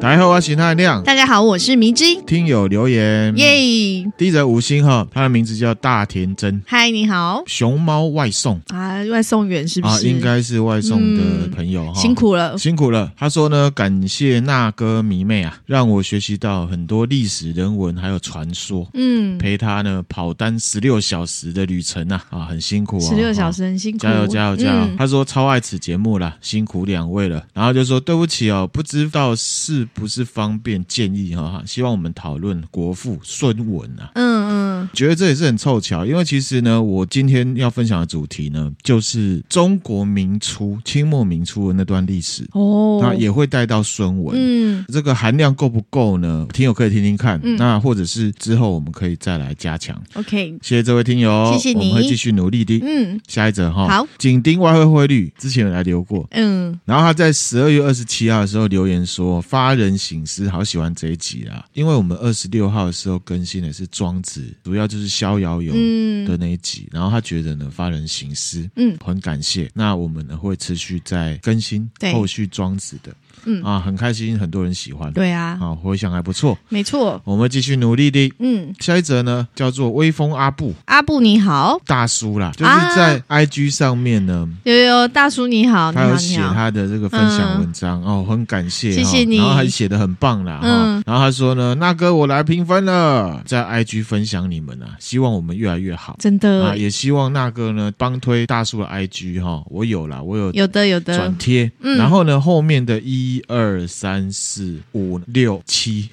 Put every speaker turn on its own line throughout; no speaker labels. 大家好，我是泰亮。
大家好，我是迷之，
听友留言，
耶！
第一则五星哈，他的名字叫大田真，
嗨，你好
熊猫外送
啊，外送员是不
啊，
是？
应该是外送的朋友哈、
辛苦了。
辛苦啊了。他说呢，感谢那哥迷妹啊，让我学习到很多历史人文还有传说，
嗯，
陪他呢跑单十六小时的旅程啊，啊，很辛苦啊、哦，
十六小时很辛苦，
加油加油加油！
嗯
他说超爱此节目啦，辛苦两位了。然后就说对不起哦，不知道是不是方便建议哈、哈，希望我们讨论国父孙文啊。
嗯嗯，
觉得这也是很凑巧，因为其实呢，我今天要分享的主题呢，就是中国明初、清末明初的那段历史，
哦，
那也会带到孙文。
嗯，
这个含量够不够呢？听友可以听听看，
嗯
那或者是之后我们可以再来加强。
OK，
谢谢这位听友，
谢谢你
我们会继续努力的。
嗯
下一则哈，
好，
紧盯外汇汇率，之前有来留过。
嗯，
然后他在十二月二十七号的时候留言说：“发人省思，好喜欢这一集啦！因为我们二十六号的时候更新的是《庄子》，主要就是逍遥游
嗯
的那一集。然后他觉得呢，发人省思，
嗯，
很感谢。那我们呢会持续在更新
对
后续《庄子》的，
嗯
啊，很开心，很多人喜欢，
对啊，
啊，回想还不错，
没错，
我们会继续努力的。
嗯，
下一则呢叫做威风阿布
阿布你好，
大叔啦，就是
啊
在 IG 上面呢。”
有有大叔你好，你
他有
好你
写
好，
他的这个分享文章、哦，很感谢哈，
谢谢你
然后还写的很棒啦，哈、哦
嗯
然后他说呢，那哥我来评分了，在 IG 分享你们啊，希望我们越来越好
真
啊，
的
也希望那哥呢帮推大叔的 IG 哈、我有啦，我有。
有的有的
转，贴，
嗯
然后呢，后面的一二三四五六 七，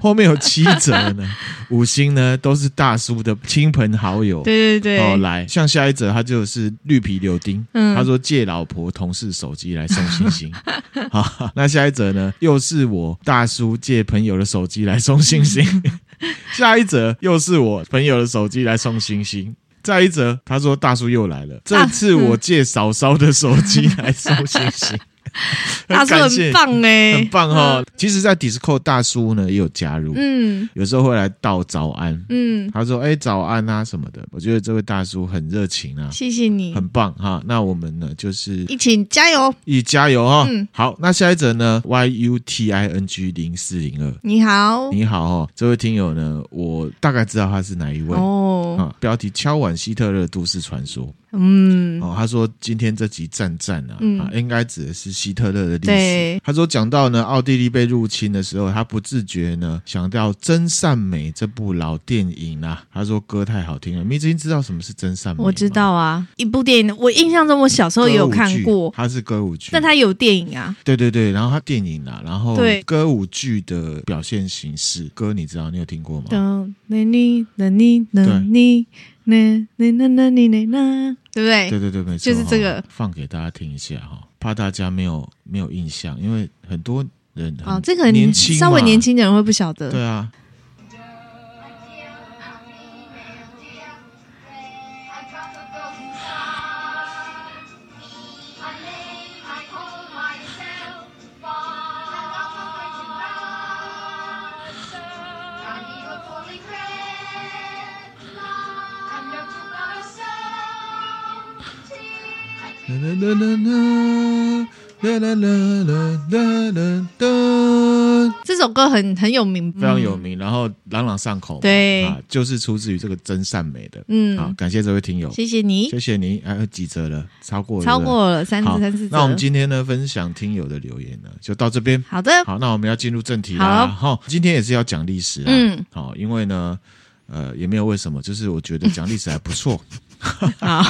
后面有七折呢，五星呢都是大叔的亲朋好友，
对对
哦，
对，
来，像下一则，他就是绿皮柳丁，
嗯
他说借老婆同事手机来送星星。 好，那下一则呢，又是我大叔借朋友的手机来送星 星。下一则又是我朋友的手机来送星星。再一则，他说大叔又来了，这次我借嫂嫂的手机来送星星。
大叔
感谢
很棒哎，
很棒哦。其实，在 Discord 大叔呢也有加入，
嗯
有时候会来道早安。
嗯，
他说：“哎、早安啊什么的。”我觉得这位大叔很热情啊，
谢谢你，
很棒哈。那我们呢，就是
一起加油，
一加油哈。
嗯
好，那下一则呢，Y U T I N G 零四零二，
你好，
你好哦，这位听友呢，我大概知道他是哪一位。
哦，
啊，标题敲碗希特勒的都市传说
嗯，
哦。他说今天这集赞赞啊，
嗯
啊，应该指的是希特勒的历史
对。
他说讲到呢，奥地利被入侵的时候，他不自觉呢想到《真善美》这部老电影啊。他说歌太好听了，迷之音知道什么是真善美吗？
我知道啊，一部电影，我印象中我小时
歌舞
候
剧，
也有看过，
它是歌舞剧，
但它有电影啊，
对对对，然后它电影啦，然后
对
歌舞剧的表现形式，歌你知道，你有听过吗？
噔噔你噔你噔你那那那那那那那，对不
对
对？
对对，没错，
就是这个
哈放给大家听一下哈，怕大家没有没有印象，因为很多人很
哦，这个
年轻嘛，
稍微年轻的人会不晓
对
得。
啊，啦啦啦啦
嗯
啦啦啦啦啦啦啦啦，
这首歌很很有名，
非常有名，然后朗朗上口嘛，
对
啊，就是出自于这个真善美的。
嗯。
好，
嗯，
感谢这位听友，
谢谢你
谢，谢您。哎，几折了？超过了
超
对不对
过了三
好
次三次折。
那我们今天呢，分享听友的留言呢，就到这边。
好的，
好，那我们要进入正题啦。好，今天也是要讲历史啊。
嗯，
好，因为呢，呃，也没有为什么，就是我觉得讲历史还不错。
好，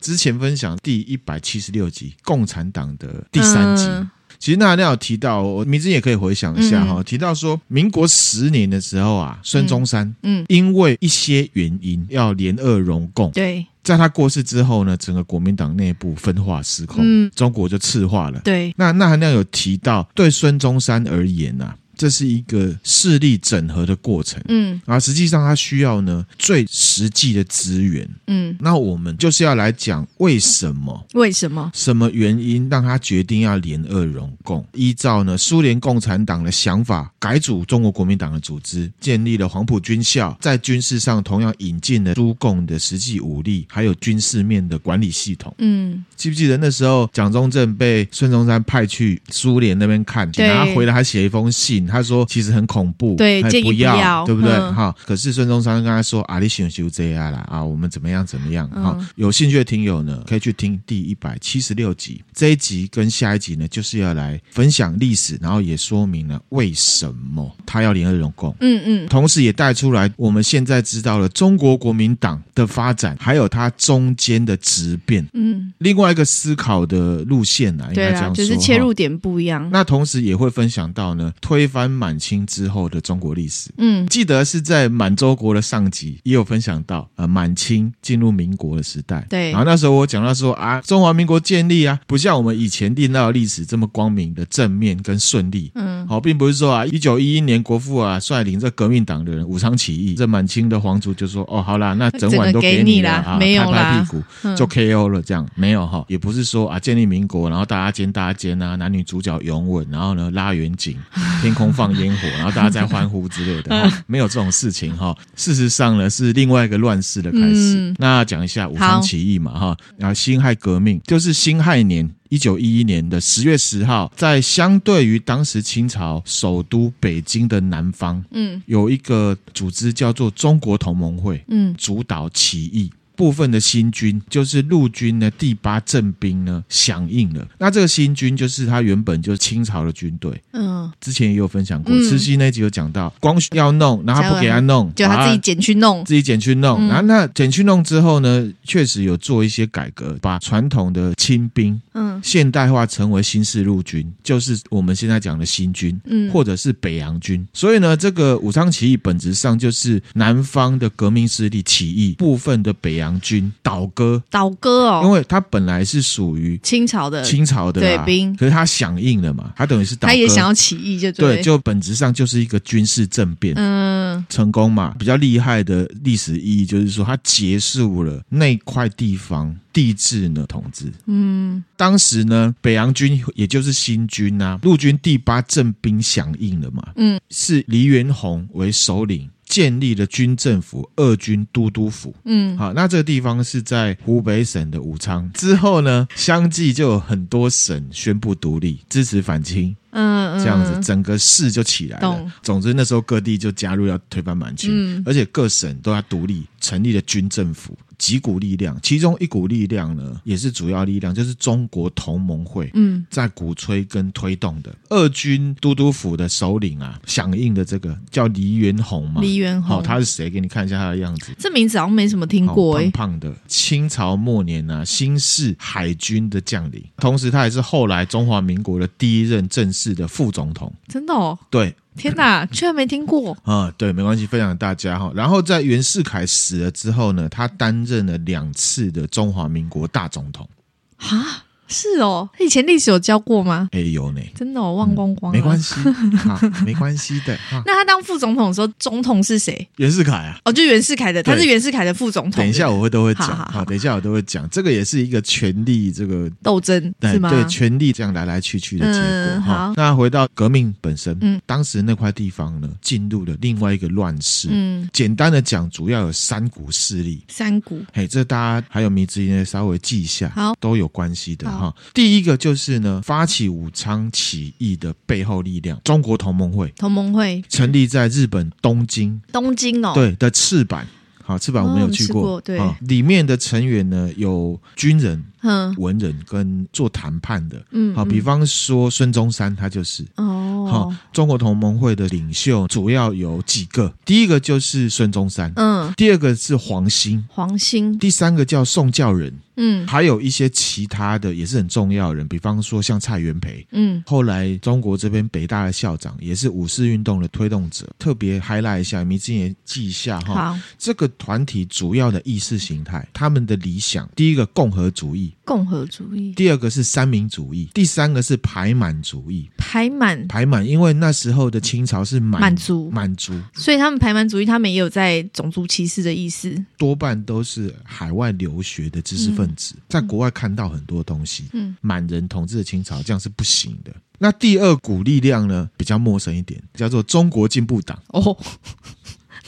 之前分享第一百七十六集《共产党》的第三集。
嗯
其实那那有提到，我明知也可以回想一下哈、
嗯
提到说民国十年的时候啊，孙中山、
嗯，
因为一些原因要联俄容共，
对
在他过世之后呢，整个国民党内部分化失控，
嗯
中国就赤化了。
对，
那那含量有提到，对孙中山而言呐、啊，这是一个势力整合的过程。
嗯
啊，实际上他需要呢最实际的资源。
嗯，
那我们就是要来讲为什么
为什么？
什么原因让他决定要联俄容共？依照呢苏联共产党的想法，改组中国国民党的组织，建立了黄埔军校，在军事上同样引进了苏共的实际武力，还有军事面的管理系统。
嗯，
记不记得那时候蒋中正被孙中山派去苏联那边看，
对
然后回来还写一封信，他说其实很恐怖，
对
他也
建议
不
不
要，
要
对不对？
嗯
哈、可是孙中山跟他说啊，你想修这样啦，啊，我们怎么样怎么样哈、
嗯
有兴趣的听友呢，可以去听第一百七十六集，这一集跟下一集呢，就是要来分享历史，然后也说明了为什么他要联合容共。
嗯嗯
同时也带出来我们现在知道了中国国民党的发展，还有它中间的质变，
嗯，
另外一个思考的路线啊，应
对
该这
啦，
样说，
就是切入
哈。
点不一样。
那同时也会分享到呢，推翻满清之后的中国历史。
嗯
记得是在满洲国的上集也有分享到，呃，满清进入民国的时代。
对
然后那时候我讲到说啊，中华民国建立啊，不像我们以前听到的历史这么光明的正面跟顺利。
嗯
好，并不是说啊，一九一一年国父啊率领这革命党的人武昌起义，这满清的皇族就说哦，好啦，那整晚都
整个给
你
你
了，
啦
啊、
没有
拍拍
啦
屁股，
嗯
就 KO 了，这样没有哈，也不是说啊建立民国，然后大家肩搭肩啊，男女主角拥吻，然后呢拉远景，天空放烟火，然后大家在欢呼之类的，
嗯
哈 没有这种事情哈。事实上呢是另外一个乱世的开始。
嗯
那讲一下武昌
好
起义嘛哈，然后辛亥革命就是辛亥年。一九一一年的十月十号，在相对于当时清朝首都北京的南方，
嗯
有一个组织叫做中国同盟会，
嗯
主导起义。部分的新军就是陆军呢，第八正兵呢响应了。那这个新军就是他原本就是清朝的军队，
嗯，
之前也有分享过，
嗯
慈禧那集有讲到，光绪要弄，然后他不给他弄，
就他自己
把
捡去弄。
自己捡去弄。
嗯
然后那捡去弄之后呢，确实有做一些改革，把传统的清兵
嗯
现代化成为新式陆军，就是我们现在讲的新军。
嗯，
或者是北洋军。所以呢，这个武昌起义本质上就是南方的革命势力起义，部分的北洋军倒戈，
倒戈
因
哦，
为它本来是属于
清朝的，
清朝的啦
对兵
可是他响应了嘛，他等于是倒戈，
他也想要起义，就
对，
了
就本质上就是一个军事政变。
嗯
成功嘛，比较厉害的历史意义就是说，它结束了那块地方地质呢统治。
嗯
当时呢，北洋军也就是新军啊，陆军第八正兵响应了嘛，
嗯，
是黎元洪为首领建立了军政府二军都督府。
嗯
好，那这个地方是在湖北省的武昌。之后呢，相继就有很多省宣布独立，支持反清，
嗯，
这样子
嗯
整个市就起来了
懂。
总之那时候各地就加入要推翻满清，
嗯
而且各省都要独立，成立了军政府。几股力量，其中一股力量呢，也是主要力量，就是中国同盟会。
嗯
在鼓吹跟推动的。二军都督府的首领啊，响应的这个叫黎元洪嘛。
黎元
好、
洪，
他是谁？给你看一下他的样子。
这名字好像没什么听
好
过
胖
哎，
胖的，清朝末年啊，新式海军的将领，同时他也是后来中华民国的第一任正式的副总统。
真的哦，
对，
天哪，居然没听过，
啊、对，没关系，分享给大家哈。然后在袁世凯死了之后呢，他担任了两次的中华民国大总统。
哈，是哦，以前历史有教过吗？
哎呦呢，
真的、哦，忘光光、了
没关。系，哈，没关系的哈。
那他当副总统的时候，总统是谁？
袁世凯啊，
哦，就袁世凯的，
对
他是袁世凯的副总统。
等一下我会都会讲，
好好好
好，等一下我都会讲，这个也是一个权力这个。
斗争
对
是吗？
对，权力这样来来去去的结果
嗯
哈、
好
那回到革命本身，
嗯
当时那块地方呢，进入了另外一个乱世。
嗯，
简单的讲，主要有三股势力，
三股，
嘿，这大家还有迷之音呢，稍微记一下，
好
都有关系的
好
哈。第一个就是呢，发起武昌起义的背后力量——中国同盟会，
同盟会，
成立在日本东京、
东京哦，
对的赤坂。好，翅膀我们有去
哦我们吃过对
好里面的成员呢有军人、
嗯
文人跟做谈判的。
嗯，
好，比方说孙中山，他就是。
嗯
好
哦，，
中国同盟会的领袖主要有几个，第一个就是孙中山，
嗯，
第二个是黄兴，
黄兴，
第三个叫宋教仁，
嗯
还有一些其他的也是很重要的人，比方说像蔡元培。
嗯
后来，中国这边北大的校长也是五四运动的推动者，特别 highlight 一下，你们之前也记一下哈。
好，
这个团体主要的意识形态，他们的理想，第一个共和主义，
共和主义，
第二个是三民主义，第三个是排满主义。
排满，
排满，因为那时候的清朝是满
满族
满族
所以他们排满主义，他们也有在种族歧视的意思。
多半都是海外留学的知识分子，在国外看到很多东西。
嗯，
满人统治的清朝这样是不行的。那第二股力量呢，比较陌生一点，叫做中国进步党。
哦，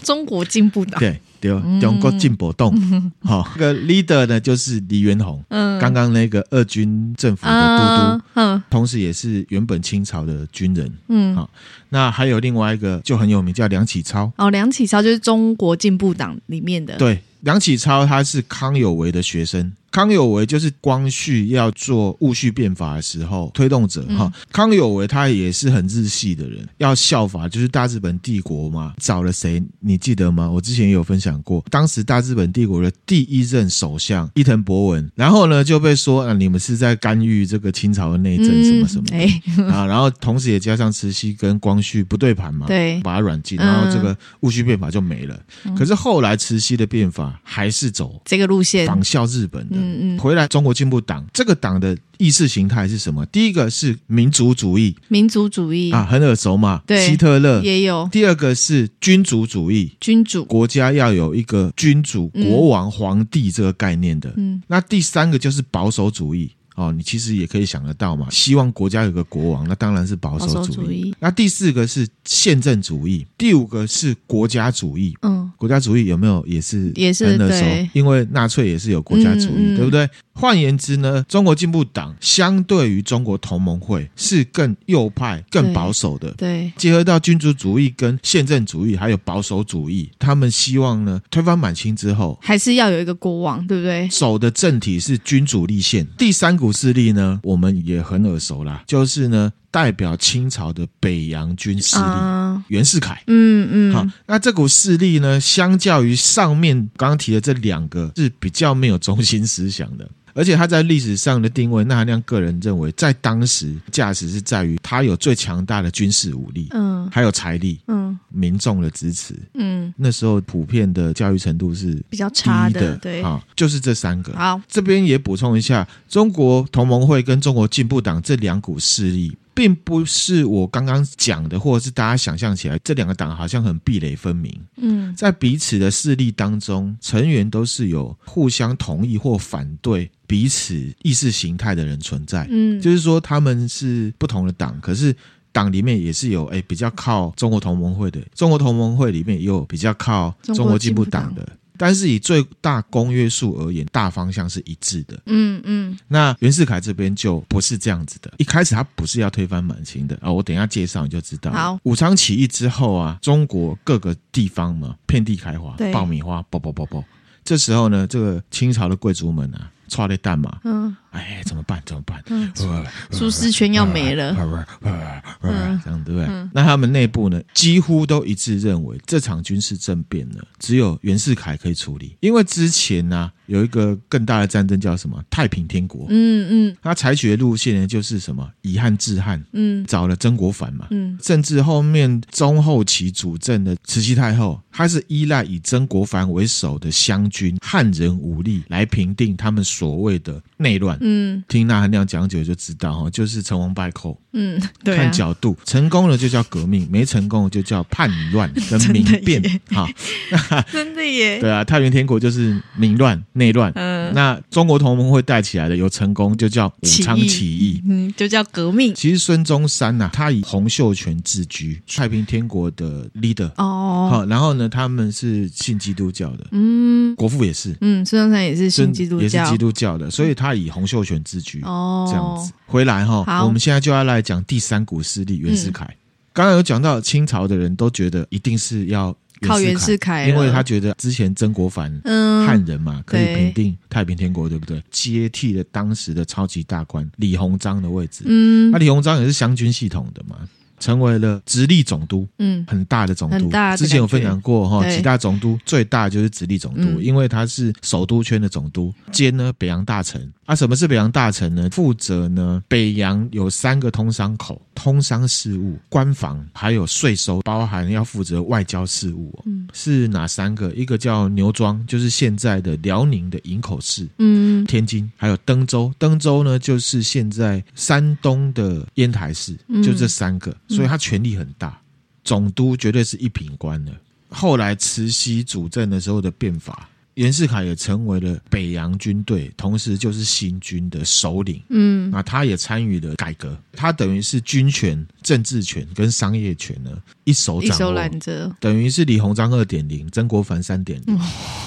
中国进步党，
对对，
嗯
中国进步 党。好、这个 leader 呢就是黎元洪，
嗯，
刚刚那个二军政府的都督，
啊，嗯
同时也是原本清朝的军人。
嗯，
好，那还有另外一个就很有名，叫梁启超。
哦，梁启超就是中国进步党里面的，，
对，梁启超他是康有为的学生。康有为就是光绪要做戊戌变法的时候推动者
嗯
哈、康有为他也是很日系的人，要效法就是大日本帝国嘛。找了谁？你记得吗？我之前也有分享过，当时大日本帝国的第一任首相伊藤博文，然后呢就被说啊，你们是在干预这个清朝的内政什么什么的。
哎，
啊，然后同时也加上慈禧跟光绪不对盘嘛，
对嗯
把它软禁，然后这个戊戌变法就没了。可是后来慈禧的变法还是走
这个路线，
仿效日本的，
嗯嗯
回来中国进步党这个党的意识形态是什么？第一个是民族主义
民族主义
啊，呃很耳熟嘛，
对
希特勒。
也有
第二个是君主主义，
君主，
国家要有一个君主、
嗯
国王、皇帝这个概念的。
嗯
那第三个就是保守主义哦，你其实也可以想得到嘛，希望国家有个国王，那当然是保守
保守
主义。
主义
那第四个是宪政主义，第五个是国家主义。
嗯，
国家主义有没有也是
也是
很耳熟
对？
因为纳粹也是有国家主义，
嗯嗯
对不对？换言之呢，中国进步党相对于中国同盟会是更右派、更
对
保守的。
对，
结合到君主主义、跟宪政主义，还有保守主义，他们希望呢推翻满清之后，
还是要有一个国王，对不对？
守的政体是君主立宪。第三股势力呢，我们也很耳熟啦，就是呢代表清朝的北洋军势力、
啊，
袁世凯。
嗯
好
嗯，，
那这股势力呢，相较于上面刚刚提的这两个，是比较没有中心思想的。而且他在历史上的定位，那含量个人认为，在当时价值是在于他有最强大的军事武力，
嗯
还有财力、
嗯
民众的支持。
嗯，
那时候普遍的教育程度是
比较差
低
的，对，
啊，就是这三个。
好，
这边也补充一下，中国同盟会跟中国进步党这两股势力，并不是我刚刚讲的，或者是大家想象起来，这两个党好像很壁垒分明，
嗯
在彼此的势力当中，成员都是有互相同意或反对彼此意识形态的人存在。
嗯，
就是说，他们是不同的党，可是。党里面也是有哎、比较靠中国同盟会的，中国同盟会里面也有比较靠
中
中
国
国进
进
步
步
党
党
的，但是以最大公约数而言，大方向是一致的。
嗯嗯
那袁世凯这边就不是这样子的，一开始他不是要推翻满清的啊、我等一下介绍你就知道了。
好
武昌起义之后啊，中国各个地方嘛，遍地开花
对，
爆米花，爆爆爆爆。这时候呢，这个清朝的贵族们啊，抓了蛋嘛，
嗯
哎，怎么办？怎么办？
嗯，舒适圈要没
啊
了，嗯
这样对不对？那他们内部呢，几乎都一致认为这场军事政变呢，只有袁世凯可以处理，因为之前呢、有一个更大的战争叫什么太平天国，
嗯嗯
他采取的路线呢，就是什么以汉治汉，
嗯
找了曾国藩嘛。
嗯，
甚至后面中后期主政的慈禧太后，她是依赖以曾国藩为首的湘军汉人武力来平定他们所谓的内乱。
嗯
听那含量讲解就知道哈，就是成王败寇，
嗯，对啊
看， 角度，成功了就叫革命，没成功就叫叛乱跟
真
民
的
变
耶
哈。
真的耶，
对啊，太平天国就是民乱内乱，
嗯
那中国同盟会带起来的有成功就叫武昌
起义
起义。
嗯，就叫革命
其实孙中山呐、他以洪秀全自居，太平天国的 leader。
哦，
好、然后呢，他们是信基督教的，
嗯
国父也是，
嗯，孙中山也是信基督
也是
教，
基督教的，所以他以洪秀全自居。
哦，
这样子，回来哈，
好嗯
我们现在就要来讲第三股势力袁世凯。刚刚有讲到清朝的人都觉得一定是要
靠袁
世
世凯了
因为他觉得之前曾国藩
嗯，
汉人嘛，可以
对
平定太平天国，对不对？接替了当时的超级大官李鸿章的位置。
嗯
那李鸿章也是湘军系统的嘛，成为了直隶总督，
嗯
很大的总督。
很大的
之前有分享过哈，
对
几大总督最大就是直隶总督，
嗯
因为他是首都圈的总督，兼呢北洋大臣。啊，什么是北洋大臣呢？负责呢北洋有三个通商口，通商事务、官房，还有税收，包含要负责外交事务、哦。
嗯
是哪三个？一个叫牛庄，就是现在的辽宁的营口市。
嗯
天津，还有登州。登州呢，就是现在山东的烟台市，
嗯
就这三个，所以他权力很大，总督绝对是一品官的。后来慈禧主政的时候的变法，袁世凯也成为了北洋军队，同时就是新军的首领。
嗯
那他也参与了改革，他等于是军权、政治权跟商业权呢一手
一
掌握，
手揽着
等于是李鸿章二点零，曾国藩三点
哦
零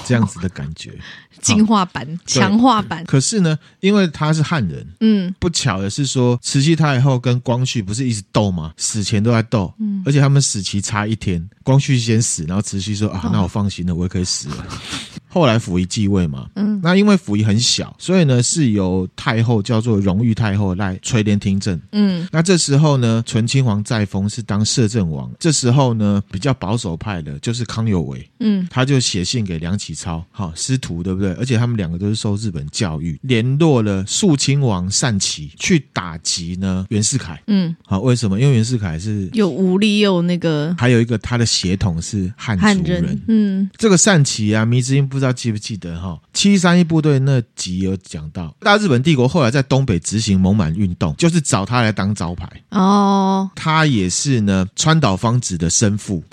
这样子的感觉。
进化版、强化版，
可是呢，因为他是汉人，
嗯
不巧的是说，慈禧太后跟光绪不是一直斗吗？死前都在斗，
嗯
而且他们死期差一天，光绪先死，然后慈禧说啊
哦，
那我放心了，我也可以死了。 后来溥仪继位嘛，
嗯
那因为溥仪很小，所以呢是由太后叫做荣誉太后来垂帘听政。
嗯
那这时候呢，醇亲王载沣是当摄政王，这时候呢比较保守派的就是康有为，
嗯
他就写信给梁启超，好、师徒对不对？而且他们两个都是受日本教育，联络了肃亲王善祺去打击呢袁世凯。
嗯，
好、为什么？因为袁世凯是
有武力又有那个
还有一个他的血统是汉族
汉
人。
人，嗯
这个善祺啊，迷之音不知道记不记得哈、七三一部队那集有讲到，大日本帝国后来在东北执行蒙满运动，就是找他来当招牌。
哦，
他也是呢川岛芳子的生 父，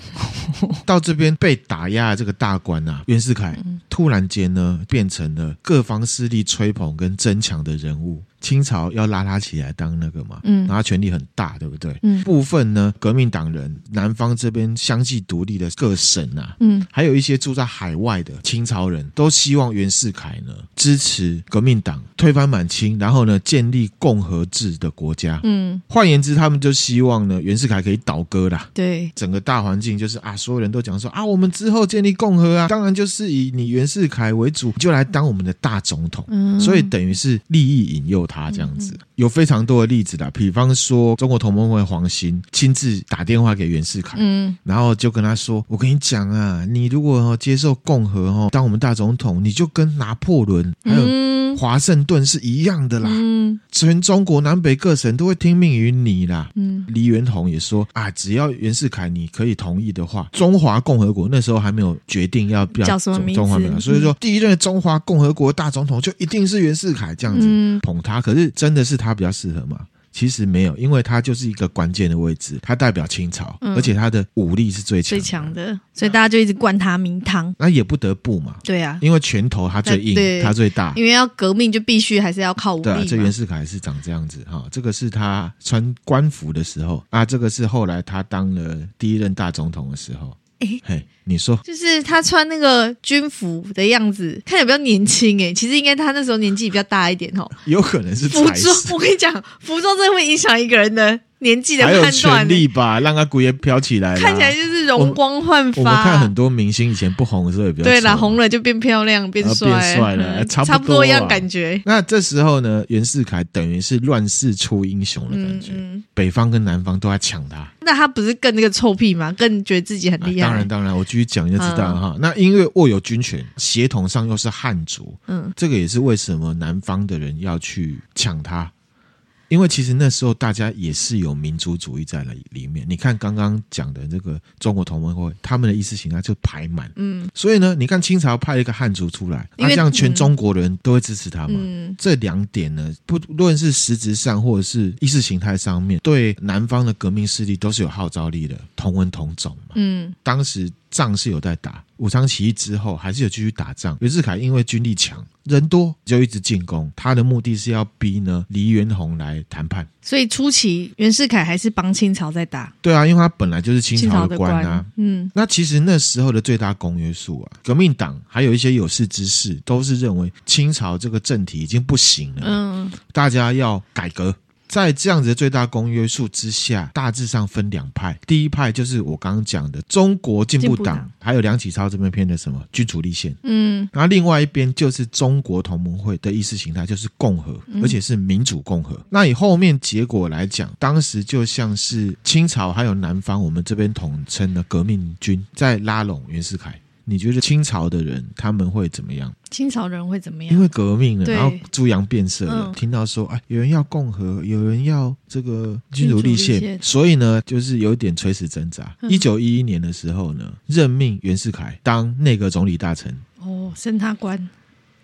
到这边被打压的这个大官啊，袁世凯
嗯
突然间呢变成了各方势力吹捧跟争抢的人物。清朝要拉他起来当那个嘛，
嗯
然后他权力很大，对不对？
嗯
部分呢革命党人，南方这边相继独立的各省啊，
嗯
还有一些住在海外的清朝人都希望袁世凯呢支持革命党推翻满清，然后呢建立共和制的国家。
嗯，
换言之，他们就希望呢，袁世凯可以倒戈啦。
对，
整个大环境就是啊，所有人都讲说啊，我们之后建立共和啊，当然就是以你袁世凯为主，你就来当我们的大总统。
嗯，
所以等于是利益引诱他这样子，有非常多的例子啦。比方说，中国同盟会黄兴亲自打电话给袁世凯，
嗯
然后就跟他说：“我跟你讲啊，你如果哦接受共和哦，当我们大总统，你就跟拿破仑还有
嗯
华盛顿是一样的啦。
嗯
全中国南北各省都会听命于你啦。
嗯
黎元洪也说啊，只要袁世凯你可以同意的话，中华共和国那时候还没有决定要不要
叫什么
中
名字嗯
中华民国，所以说第一任中华共和国大总统就一定是袁世凯这样子、
嗯
捧他。可是真的是他比较适合吗？其实没有，因为他就是一个关键的位置，他代表清朝，
嗯
而且他的武力是最强
最
的
强的，所以大家就一直灌他名汤，
那也不得不嘛，
对啊，
因为拳头他最
那
硬，
对
他最大，
因为要革命就必须还是要靠武
对啊，
力
这袁
嘛，
世凯是长这样子哈、这个是他穿官服的时候啊，这个是后来他当了第一任大总统的时候。
诶
嘿，你说
就是他穿那个军服的样子，看起来比较年轻诶，其实应该他那时候年纪比较大一点哦。
有可能是
服
才
装，
是，
我跟你讲，服装真的会影响一个人的年纪的
还有
判
权
断欸。
力吧，让他骨也飘起来啦。
看起来就是容光焕
我
发
们
啊。
看很多明星以前不红的时候也比较
对啦，
啦，
红了就变漂亮，变
啊
帅，
变帅了
嗯
差不多啊
差不一样感觉。
那这时候呢，袁世凯等于是乱世出英雄的感
嗯
觉，
嗯，
北方跟南方都在抢他。
那他不是更那个臭屁吗？更觉得自己很厉
啊
害。嗯
当然，当然，我继续讲你就知道了哈。那因为握有军权，血统上又是汉族，
嗯
这个也是为什么南方的人要去抢他，因为其实那时候大家也是有民族主义在里里面。你看刚刚讲的这个中国同盟会，他们的意识形态就排满，
嗯
所以呢，你看清朝派一个汉族出来，
因
那
为
这样全中国人都会支持他嘛。
嗯
这两点呢，不论是实质上或者是意识形态上面，对南方的革命势力都是有号召力的，同文同种嘛。
嗯
当时仗是有在打，武昌起义之后还是有继续打仗。袁世凯因为军力强，人多，就一直进攻。他的目的是要逼呢黎元洪来谈判。
所以初期袁世凯还是帮清朝在打
对啊，因为他本来就是清
清
朝
朝
的
的
官啊。
嗯
那其实那时候的最大公约数啊，革命党还有一些有识之士都是认为清朝这个政体已经不行了，
嗯
大家要改革。在这样子的最大公约数之下，大致上分两派。第一派就是我刚刚讲的中国进步
进步
党
党，
还有梁启超这边偏的什么君主立宪。
嗯
然后另外一边就是中国同盟会的意识形态，就是共和，
嗯
而且是民主共和。那以后面结果来讲，当时就像是清朝还有南方，我们这边统称的革命军在拉拢袁世凯。你觉得清朝的人他们会怎么样？
清朝人会怎么
因
样？
为革命了，
对
然后猪羊变色了，
嗯
听到说哎，有人要共和，有人要这个君主立
君主立
宪，
宪
所以呢，就是有一点垂死挣扎。
嗯
一九一一年的时候呢，任命袁世凯当内阁总理大臣。
哦，升他官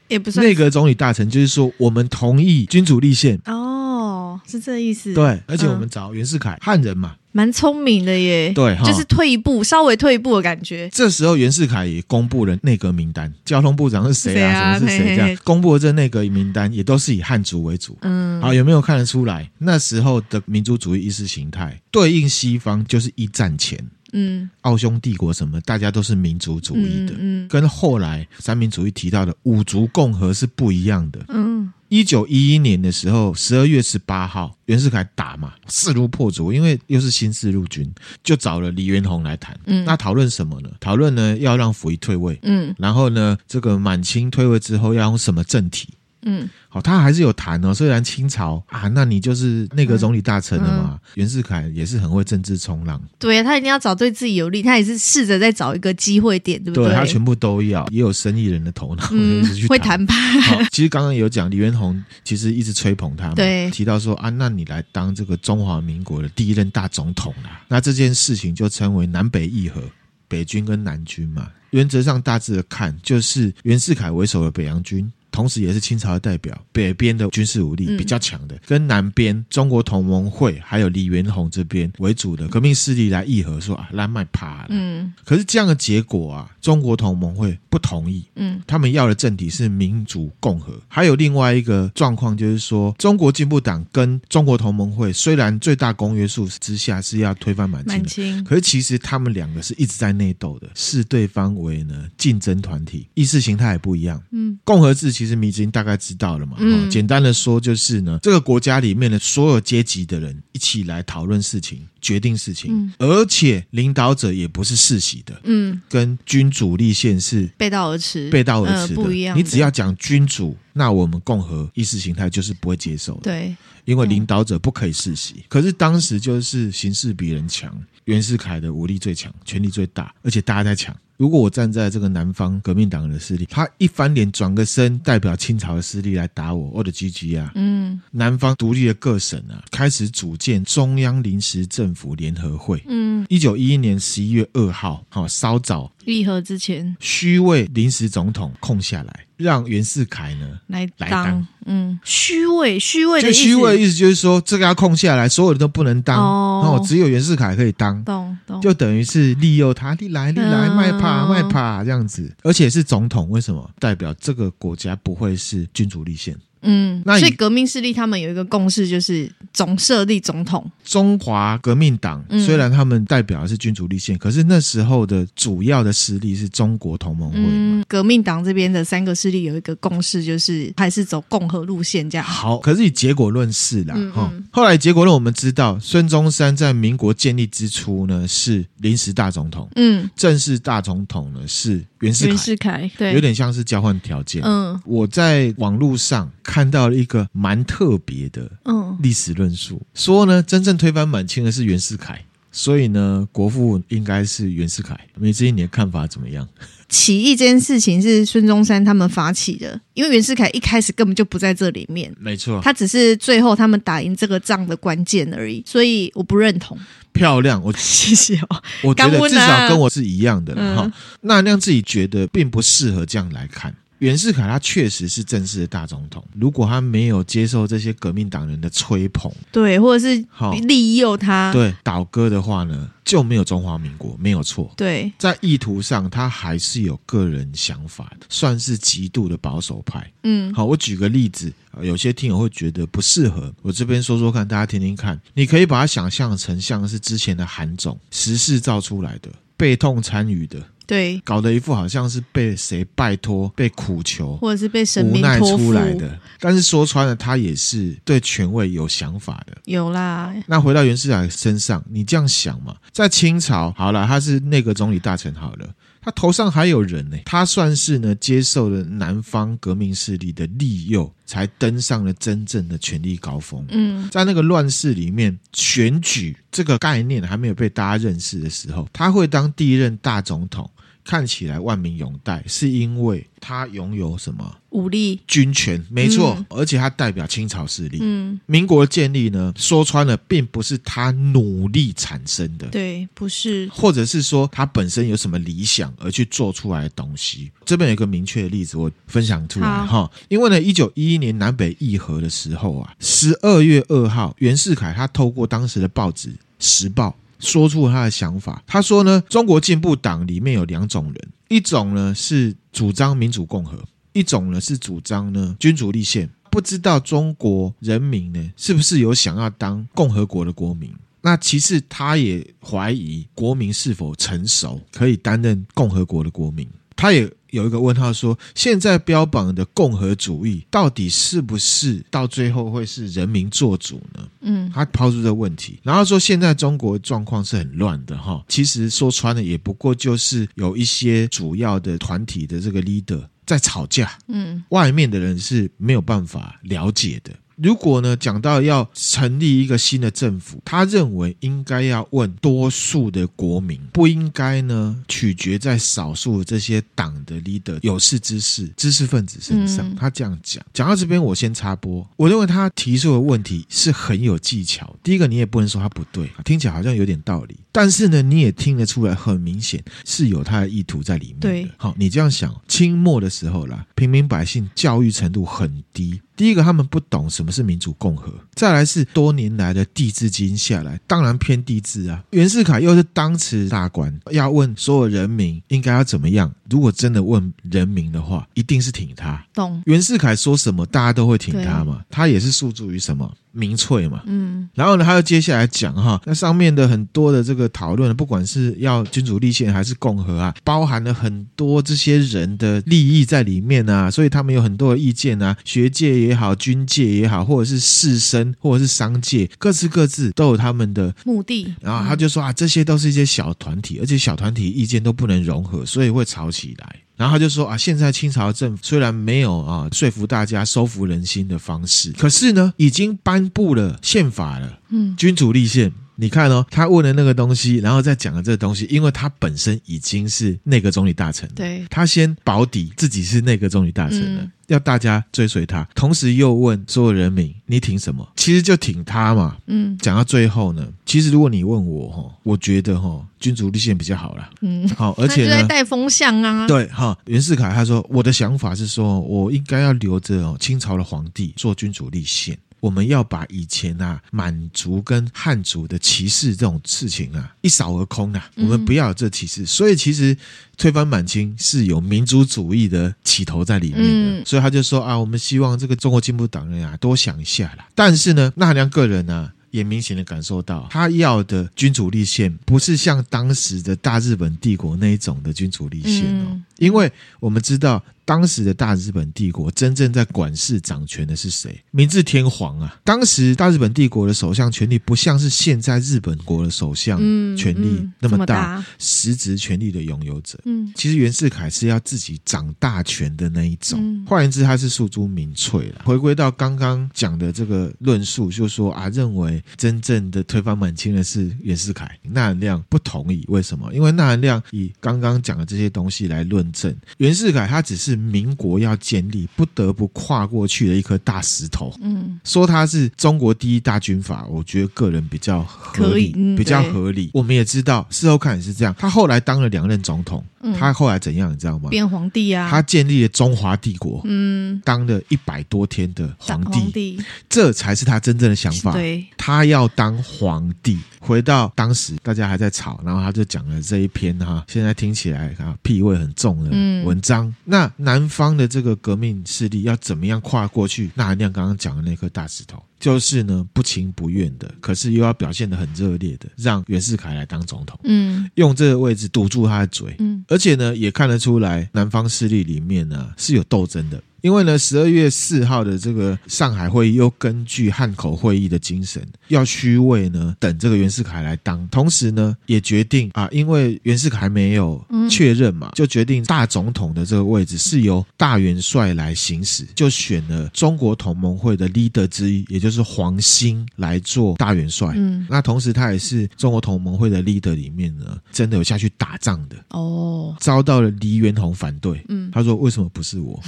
也不算
内阁总理大臣就是说，我们同意君主立宪，
哦，是这意思。，
对，而且我们找袁世凯，汉人嘛，
蛮聪明的耶。
对哈
就是退一步，稍微退一步的感觉。
这时候袁世凯也公布了内阁名单，交通部长是谁
谁
啊，
啊
什么是谁这
嘿
样
嘿，
公布了这内阁名单，也都是以汉族为主。
嗯，
好，有没有看得出来？那时候的民族主义意识形态对应西方就是一战前
嗯，
奥匈帝国什么，大家都是民族主义的，
嗯嗯
跟后来三民主义提到的五族共和是不一样的。
嗯，
一九一一年的时候，十二月十八号，袁世凯打嘛，势如破竹，因为又是新四路军，就找了黎元洪来谈。
嗯
那讨论什么呢？讨论呢要让溥仪退位，
嗯
然后呢，这个满清退位之后要用什么政体？
嗯
好、他还是有谈哦。虽然清朝啊，那你就是内阁总理大臣了
嗯
嘛。袁世凯也是很会政治冲浪，
对啊他一定要找对自己有利，他也是试着在找一个机会点，对不
对
嗯对
他全部都要，也有生意人的头脑，
嗯
就是去
会
谈
谈判，
好，其实刚刚有讲李元洪，其实一直吹捧他嘛，
对
提到说啊，那你来当这个中华民国的第一任大总统啦，那这件事情就称为南北议和，北军跟南军嘛。原则上大致的看，就是袁世凯为首的北洋军。同时，也是清朝的代表，北边的军事武力
嗯
比较强的，跟南边中国同盟会还有李元洪这边为主的革命势力来议和，说啊，来卖趴啦。
嗯
可是这样的结果啊，中国同盟会不同意，
嗯
他们要的政体是民主共和。还有另外一个状况就是说，中国进步党跟中国同盟会虽然最大公约数之下是要推翻满清
满
的。
清，
可是其实他们两个是一直在内斗的，视对方为呢竞争团体，意识形态也不一样。
嗯
共和制其实你已经大概知道了嘛，
嗯
哦简单的说就是呢，这个国家里面的所有阶级的人一起来讨论事情、决定事情，
嗯
而且领导者也不是世袭的，
嗯，
跟君主立宪是
背道而驰，
背道而驰
呃
的。
不一样的。
你只要讲君主，那我们共和意识形态就是不会接受的，
对，
因为
嗯
领导者不可以世袭。可是当时就是形势比人强，袁世凯的武力最强，权力最大，而且大家在抢。如果我站在这个南方革命党的势力，他一翻脸转个身，代表清朝的势力来打我，我的 GG 啊！
嗯
南方独立的各省啊，开始组建中央临时政府联合会。
嗯，
一九一一年十一月二号，好、稍早
议和之前
虚位临时总统空下来，让袁世凯呢。
来当，
来当
嗯，虚位，虚位
这
的意
个
思，
虚位的意思就是说，这个要空下来，所有人都不能当，
哦
哦，只有袁世凯可以当，
懂懂，
就等于是利诱他，你来你来，
嗯
卖怕卖怕这样子，而且是总统，为什么代表这个国家不会是君主立宪？
嗯，
那你
所以革命势力他们有一个共识，就是总设立总统，
中华革命党
嗯
虽然他们代表的是君主立宪，可是那时候的主要的势力是中国同盟会嘛。
嗯，革命党这边的三个势力有一个共识，就是还是走共和路线这样。
好，可是以结果论事啦，
嗯
哈、
嗯
后来结果论我们知道，孙中山在民国建立之初呢是临时大总统，
嗯，
正式大总统呢是袁世
袁
凯，
世凯对，
有点像是交换条件。
嗯
我在网络上看到了一个蛮特别的
嗯
历史论述，说呢，真正推翻满清的是袁世凯，所以呢，国父应该是袁世凯。梅之英，你的看法怎么样？
起义这件事情是孙中山他们发起的，因为袁世凯一开始根本就不在这里面。
没错，
他只是最后他们打赢这个仗的关键而已，所以我不认同。
漂亮，我
谢谢哦，
我觉
感
得
恩
至少
啊
跟我是一样的了
嗯
哈、那那样自己觉得并不适合这样来看。袁世凯他确实是正式的大总统，如果他没有接受这些革命党人的吹捧，
对，或者是
好
利诱他，
对倒戈的话呢，就没有中华民国，没有错。
对
在意图上，他还是有个人想法的，算是极度的保守派。
嗯
好，我举个例子，呃有些听友会觉得不适合，我这边说说看，大家听听看。你可以把它想象成像是之前的韩总时势造出来的，被动参与的，
对，
搞得一副好像是被谁拜托、被苦求、
或者是被神
无
明
奈
托
出
付
来的。但是说穿了，他也是对权位有想法的。
有啦，
那回到袁世凯身上，你这样想嘛？在清朝，好了，他是内阁总理大臣，好了，他头上还有人呢、他算是呢接受了南方革命势力的利诱，才登上了真正的权力高峰。
嗯，
在那个乱世里面，选举这个概念还没有被大家认识的时候，他会当第一任大总统，看起来万民拥戴，是因为他拥有什么
武力，
军权？没错，
嗯
而且他代表清朝势力。
嗯，
民国建立呢，说穿了，并不是他努力产生的。
对，不是，
或者是说他本身有什么理想而去做出来的东西。这边有一个明确的例子，我分享出来哈。因为呢，一九一一年南北议和的时候啊，十二月二号，袁世凯他透过当时的报纸《时报》。说出了他的想法，他说呢，中国进步党里面有两种人，一种呢是主张民主共和，一种呢是主张呢君主立宪，不知道中国人民呢是不是有想要当共和国的国民。那其次，他也怀疑国民是否成熟，可以担任共和国的国民。他也有一个问号说，现在标榜的共和主义到底是不是到最后会是人民做主呢？
嗯，
他抛出这个问题，然后说现在中国状况是很乱的哈。其实说穿了，也不过就是有一些主要的团体的这个 leader 在吵架，
嗯，
外面的人是没有办法了解的。如果呢，讲到要成立一个新的政府，他认为应该要问多数的国民，不应该呢取决在少数这些党的 leader 有识之士、知识分子身上。
嗯
他这样讲，讲到这边，我先插播，我认为他提出的问题是很有技巧。第一个，你也不能说他不对，听起来好像有点道理，但是呢，你也听得出来，很明显是有他的意图在里面的。
对
好，你这样想，清末的时候啦，平民百姓教育程度很低。第一个，他们不懂什么是民主共和；再来是多年来的帝制基因下来，当然偏帝制啊。袁世凯又是当时大官，要问所有人民应该要怎么样。如果真的问人民的话，一定是挺他。
懂，
袁世凯说什么，大家都会挺他嘛。他也是诉诸于什么民粹嘛。
嗯，
然后呢，他又接下来讲哈，那上面的很多的这个讨论，不管是要君主立宪还是共和啊，包含了很多这些人的利益在里面啊，所以他们有很多的意见啊，学界也好，军界也好，或者是士绅或者是商界，各自各自都有他们的
目的，
然后他就说啊，这些都是一些小团体，而且小团体意见都不能融合，所以会吵起来。然后他就说啊，现在清朝政府虽然没有啊说服大家、收服人心的方式，可是呢，已经颁布了宪法了，
嗯，
君主立宪。你看哦，他问了那个东西，然后再讲了这个东西，因为他本身已经是内阁总理大臣了，
对，
他先保底自己是内阁总理大臣了，
嗯
要大家追随他，同时又问所有人民你挺什么，其实就挺他嘛，
嗯
讲到最后呢，其实如果你问我哈，我觉得哈君主立宪比较好啦。
嗯，
好，而
他就
且
在
呢，
带风向啊，
对哈，袁世凯他说我的想法是说，我应该要留着哦清朝的皇帝做君主立宪，我们要把以前啊满族跟汉族的歧视这种事情啊一扫而空啊，我
嗯
们不要有这歧视。所以其实推翻满清是有民族主义的起头在里面的，
嗯
所以他就说啊，我们希望这个中国进步党人啊多想一下啦。但是呢，纳良个人呢、啊也明显的感受到，他要的君主立宪不是像当时的大日本帝国那一种的君主立宪哦，
嗯
因为我们知道当时的大日本帝国真正在管事掌权的是谁？明治天皇啊！当时大日本帝国的首相权力不像是现在日本国的首相
嗯，
权力
嗯
那
这
么
么
大，，实质权力的拥有者。
嗯
其实袁世凯是要自己掌大权的那一种
嗯，
换言之，他是诉诸民粹了。回归到刚刚讲的这个论述，就说啊，认为真正的推翻满清的是袁世凯，纳兰亮不同意。为什么？因为纳兰亮以刚刚讲的这些东西来论证，袁世凯他只是民国要建立不得不跨过去的一颗大石头。
嗯，
说他是中国第一大军阀，我觉得个人比较合
可
理
以，嗯
比较
对
合理。我们也知道，事后看也是这样。他后来当了两任总统，
嗯
他后来怎样，你知道吗？
变皇帝啊，
他建立了中华帝国，
嗯，
当了一百多天的
当
皇帝，
皇帝，
这才是他真正的想法。
对，
他要当皇帝。回到当时大家还在吵，然后他就讲了这一篇哈，现在听起来啊屁味很重的
嗯
文章。那南方的这个革命势力要怎么样跨过去？那含亮刚刚讲的那颗大石头，就是呢不情不愿的，可是又要表现的很热烈的，让袁世凯来当总统，
嗯
用这个位置堵住他的嘴。
嗯
而且呢，也看得出来南方势力里面呢、是有斗争的。因为呢，十二月四号的这个上海会议又根据汉口会议的精神，要虚位呢等这个袁世凯来当，同时呢也决定啊，因为袁世凯还没有
嗯
确认嘛，就决定啊大总统的这个位置是由大元帅来行使，就选了中国同盟会的 leader 之一，也就是黄兴来做大元帅。
嗯，
那同时，他也是中国同盟会的 leader 里面呢，真的有下去打仗的。
哦，
遭到了黎元洪反对。
嗯
他说：“为什么不是 我？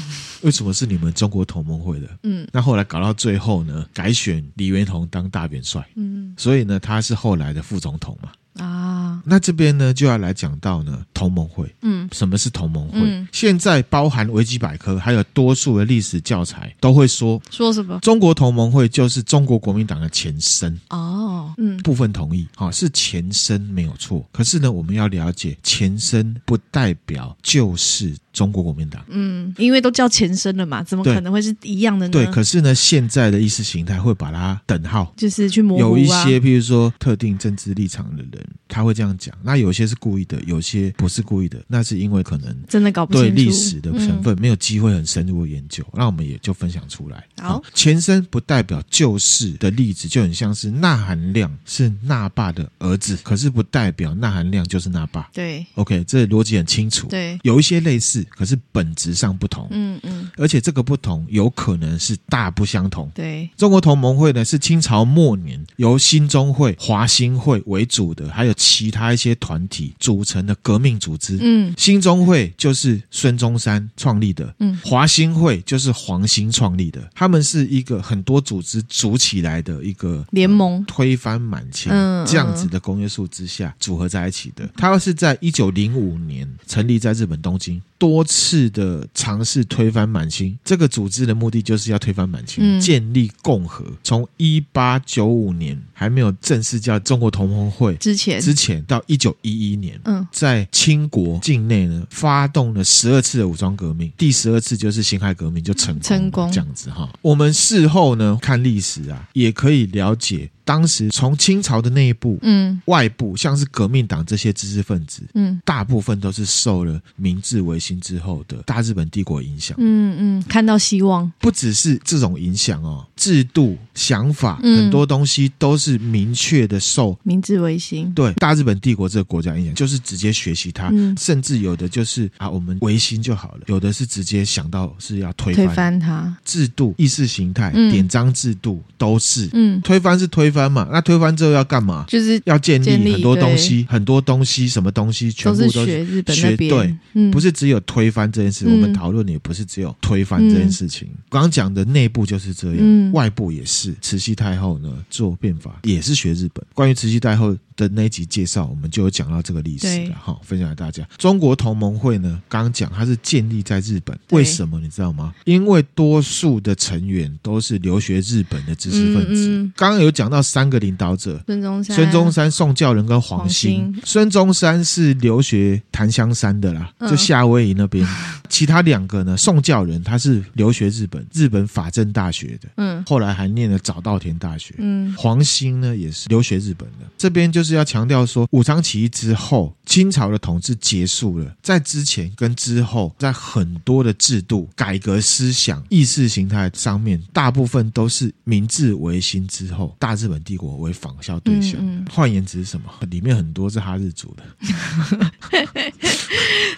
为什么是你们中国同盟会的
嗯？”
那后来搞到最后呢，改选黎元洪当大元帅，
嗯
所以呢，他是后来的副总统嘛。
啊，
那这边呢，就要来讲到呢同盟会，
嗯
什么是同盟会？
嗯
现在包含维基百科，还有多数的历史教材都会说，
说什么？
中国同盟会就是中国国民党的前身。
哦，嗯
部分同意，好、是前身没有错。可是呢，我们要了解前身不代表就是中国国民党。
嗯，因为都叫前身了嘛，怎么
对
可能会是一样的呢？
对，可是呢，现在的意识形态会把它等号。
就是去模糊啊。
有一些，譬如说特定政治立场的人，他会这样讲。那有些是故意的，有些不是故意的，那是因为可能
真的哦搞不清
对
楚嗯
历史的成分没有机会很深入的研究，那我们也就分享出来。
好
前身不代表旧事的例子，就很像是纳含亮是那霸的儿子，可是不代表纳含亮就是那霸。
对
OK，这逻辑很清楚。
对，
有一些类似，可是本质上不同，
嗯嗯，
而且这个不同有可能是大不相同。
对，
中国同盟会呢是清朝末年由兴中会、华兴会为主的，还有其他一些团体组成的革命组织。
嗯
兴中会就是孙中山创立的，
嗯
华兴会就是黄兴创立的，他们是一个很多组织组起来的一个
联盟
推翻满清
嗯
这样子的公约数之下组合在一起的。它是在一九零五年成立在日本东京，多次的尝试推翻满清。这个组织的目的就是要推翻满清，
嗯
建立共和。从一八九五年还没有正式叫中国同盟会
之前，
之前，到一九一一年。
嗯
在清国境内呢，发动了十二次的武装革命，第十二次就是辛亥革命就成功了
成功
这样子哈。我们事后呢看历史啊，也可以了解当时从清朝的内部、
嗯
外部，像是革命党这些知识分子，
嗯
大部分都是受了明治维新之后的大日本帝国影响。
嗯嗯，看到希望，
不只是这种影响哦，制度、想法，
嗯
很多东西都是明确的受
明治维新，
对大日本帝国这个国家影响，就是直接学习它，
嗯
甚至有的就是啊，我们维新就好了；有的是直接想到是要推
推
翻
翻他，
制度、意识形态、
嗯
典章制度，都是、
嗯，
推翻是推翻嘛？那推翻之后要干嘛？
就是
要建
建立
立很多东西，很多东西，什么东西，全
都
部
是
都
学日本
学
那
对
边，嗯，
不是只有推翻这件事，
嗯
我们讨论也不是只有推翻这件事情。刚刚讲的内部就是这样，
嗯
外部也是。慈禧太后呢做变法也是学日本。关于慈禧太后的那一集介绍，我们就有讲到这个历史
对
了哈，分享给大家。中国同盟会呢，刚刚讲它是建立在日本，
对
为什么你知道吗？因为多数的成员都是留学日本的知识分子。
嗯嗯
刚刚有讲到三个领导者，
孙中山，
孙中，山、宋教仁跟黄兴
黄兴。
孙中山是留学檀香山的啦，
嗯
就夏威夷那边。其他两个呢，宋教仁他是留学日本，日本法政大学的，
嗯
后来还念了早稻田大学。
嗯
黄兴呢也是留学日本的，这边就是要强调说，武昌起义之后，清朝的统治结束了，在之前跟之后，在很多的制度、改革思想、意识形态上面，大部分都是明治维新之后，大日本帝国为仿效对象。
嗯嗯
换言之，什么？里面很多是哈日族的，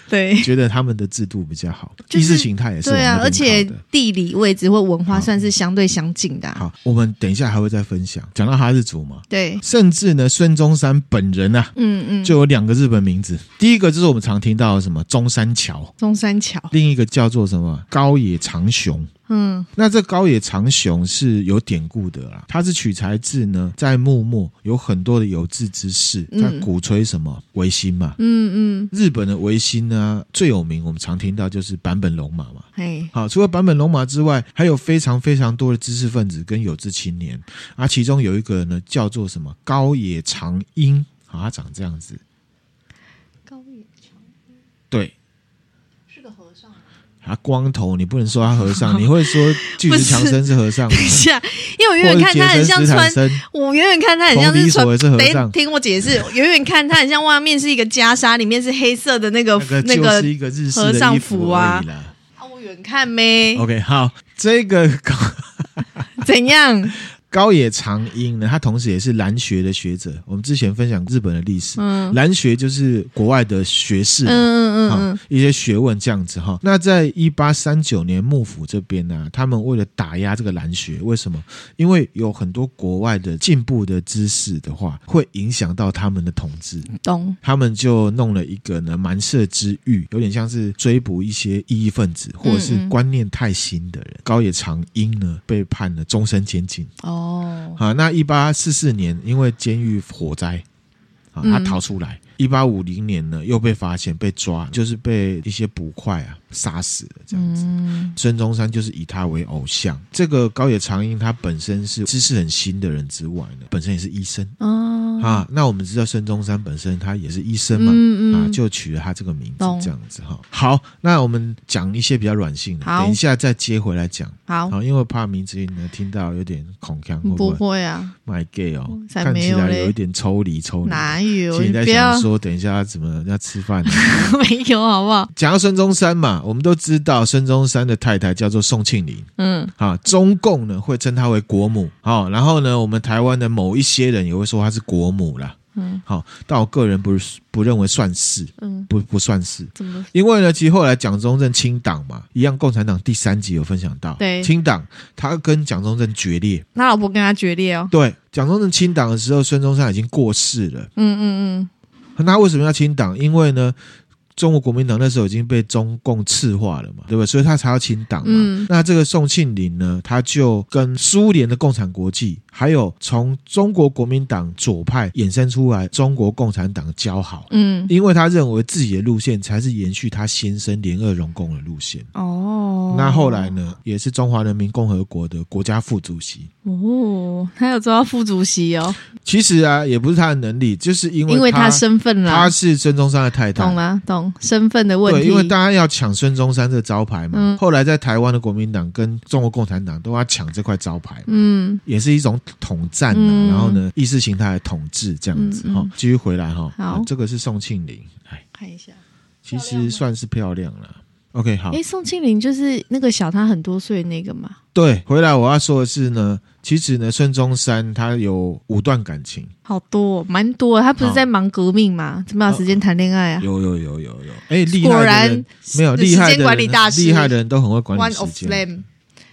对。
觉得他们的制度比较好，
就是
意识形态也是
对啊，
往
而
那边靠的
且地理位置或文化
好
算是相对相近的、啊。
好，我们等一下还会再分享。讲到哈日族嘛，
对，
甚至呢，孙中山本人啊，
嗯嗯，
就有两个日本名字，第一个就是我们常听到的什么中山桥，
中山桥，
另一个叫做什么高野长雄。
嗯
那这高野长雄是有典故的啦，它是取材自呢，在幕末有很多的有志之士，
嗯
他鼓吹什么维新嘛。
嗯嗯，
日本的维新呢最有名，我们常听到就是坂本龙马嘛。
嘿，
好，除了坂本龙马之外，还有非常非常多的知识分子跟有志青年啊，其中有一个呢叫做什么高野长英，好，他长这样子，
高野
对，
是个和尚，
他光头，你不能说他和 尚，你会说巨石强森是和尚吗
等？一下，因为我远
或
远
者
看他很
杰森
像
斯坦
穿，
森，
我远远看他很像
冯迪
是
所谓
穿，
是和尚
等听 我解释，我远远看他很像外面是一个袈裟，里面是黑色的那个
那个
那
就
个
是一个日式
和
的
尚
衣
服
服
啊
而已啦。
啊我远看没
OK，好，这个高
怎 样，
高野长英呢，他同时也是蓝学的学者。我们之前分享日本的历史，
嗯
蓝学就是国外的学士
嗯
嘛，
嗯
啊、
嗯
一些学问这样子哈。那在一八三九年幕府这边呢、他们为了打压这个蓝学，为什么？因为有很多国外的进步的知识的话，会影响到他们的统治。
嗯，懂，
他们就弄了一个呢蛮社之狱，有点像是追捕一些异议分子或者是
嗯嗯
观念太新的人。高野长英呢被判了终身监禁。
哦，
啊，那一八四四年因为监狱火灾啊，他
嗯
逃出来。一八五零年呢，又被发现被抓，就是被一些捕快啊杀死了这样子。
嗯
孙中山就是以他为偶像。这个高野长英他本身是知识很新的人之外呢，本身也是医生
哦，
啊。那我们知道孙中山本身他也是医生嘛，
嗯
啊
嗯，，
就取了他这个名字
懂
这样子哈。好，那我们讲一些比较软性的，
好
等一下再接回来讲。
好，
好，因为怕名字呢听到有点恐腔，会
不
会？
会啊，
卖 gay 哦，
才
看
没
起
有
来
嘞
有一点抽离抽离。
哪有？
其实
你
你在
不要
想说，等一下要怎么要吃饭呢？
没有好不好？
讲到孙中山嘛，我们都知道孙中山的太太叫做宋庆龄
嗯，
啊，中共呢会称她为国母啊，然后呢，我们台湾的某一些人也会说她是国母啦。
嗯，
好，但我个人不是不认为算是，
嗯，
不不算是，
怎么？
因为呢，其实后来蒋中正清党嘛，一样，共产党第三集有分享到，
对
清党他跟蒋中正决裂，
他老婆跟他决裂哦。
对，蒋中正清党的时候，孙中山已经过世了。
嗯嗯
那他为什么要清党？因为呢，中国国民党那时候已经被中共赤化了嘛，对不对？所以他才要清党嘛。
嗯
那这个宋庆龄呢，他就跟苏联的共产国际，还有从中国国民党左派衍生出来中国共产党交好。
嗯嗯，
因为他认为自己的路线才是延续他先生联俄容共的路线。
哦。
那后来呢，也是中华人民共和国的国家副主席。
哦，他有做到副主席哦，
其实啊，也不是他的能力，就是因为
因为
他
他身份啦
他，是孙中山的太太，
懂啦，懂身份的问
对，
题。
因为大家要抢孙中山这个招牌嘛。
嗯
后来在台湾的国民党跟中国共产党都要抢这块招牌，
嗯，
也是一种统战、啊
嗯
然后呢，意识形态的统治这样子
嗯嗯
哈、继续回来哈、
好
啊这个是宋庆龄，哎，
看一下，
其实算是漂亮了。OK，好，
哎，宋庆龄就是那个小他很多岁那个嘛。
对，回来我要说的是呢，其实呢，孙中山他有五段感情，
好多，蛮多的。他不是在忙革命嘛？怎么有时间谈恋爱啊？
有有有有有，哎，厉
果
害的
然
人没有厉害
时
的
间管理
人
大，师
厉害的人都很会管理
One
时
of
间。
them，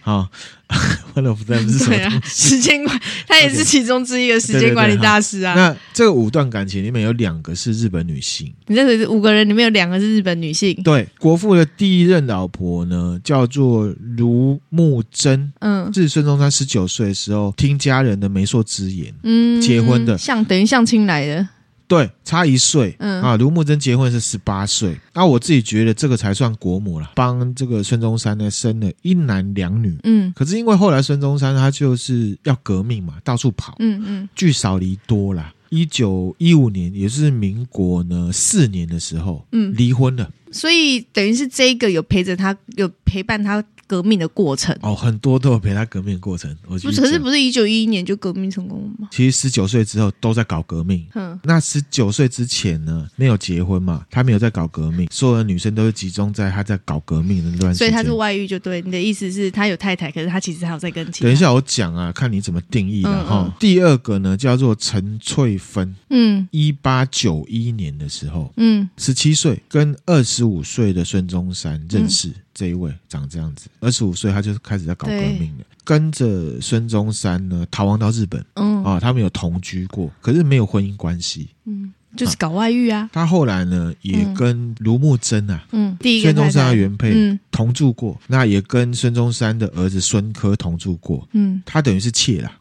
好 ，One of them 是什么
对啊， 时间管，他也是其中之一的时间管理大师啊。
那这五段感情里面有两个是日本女性，
你这里五个人里面有两个是日本女性，
对，国父的第一任老婆呢叫做卢慕贞，
嗯
是孙中山十九岁的时候听家人的媒妁之言，
嗯，
结婚的
相等于相亲来的，
对，差一岁，
嗯
啊，卢慕贞结婚是十八岁，那我自己觉得这个才算国母了，帮这个孙中山呢生了一男两女。
嗯
可是因为后来孙中山他就是要革命嘛，到处跑，
嗯嗯
聚少离多啦。一九一五年，也就是民国呢四年的时候，
嗯，
离婚了。
所以等于是这一个有陪着他，有陪伴他革命的过程。
哦，很多都有陪他革命的过程。我
不，
就是
可是不是一九一一年就革命成功了吗？
其实十九岁之后都在搞革命。
嗯
那十九岁之前呢，没有结婚嘛，他没有在搞革命，所有的女生都是集中在他在搞革命的那段时
所
间。
以他是外遇就对，你的意思是他有太太，可是他其实还有在跟其他。
等一，下我讲啊，看你怎么定义了
嗯
哈。
嗯
第二个呢，叫做陈翠芬，
嗯
一八九一年的时候，
嗯
十七岁跟二十五岁的孙中山认识
嗯
这一位，长这样子。二十五岁他就开始在搞革命了，跟着孙中山呢逃亡到日本。
嗯
啊，他们有同居过，可是没有婚姻关系。
嗯，就是搞外遇啊。
他后来呢，也
嗯
跟卢慕贞啊，
嗯，第一个
孙中
太
山
太
的原配
嗯
同住过，那也跟孙中山的儿子孙科同住过。
嗯
他等于是妾啦，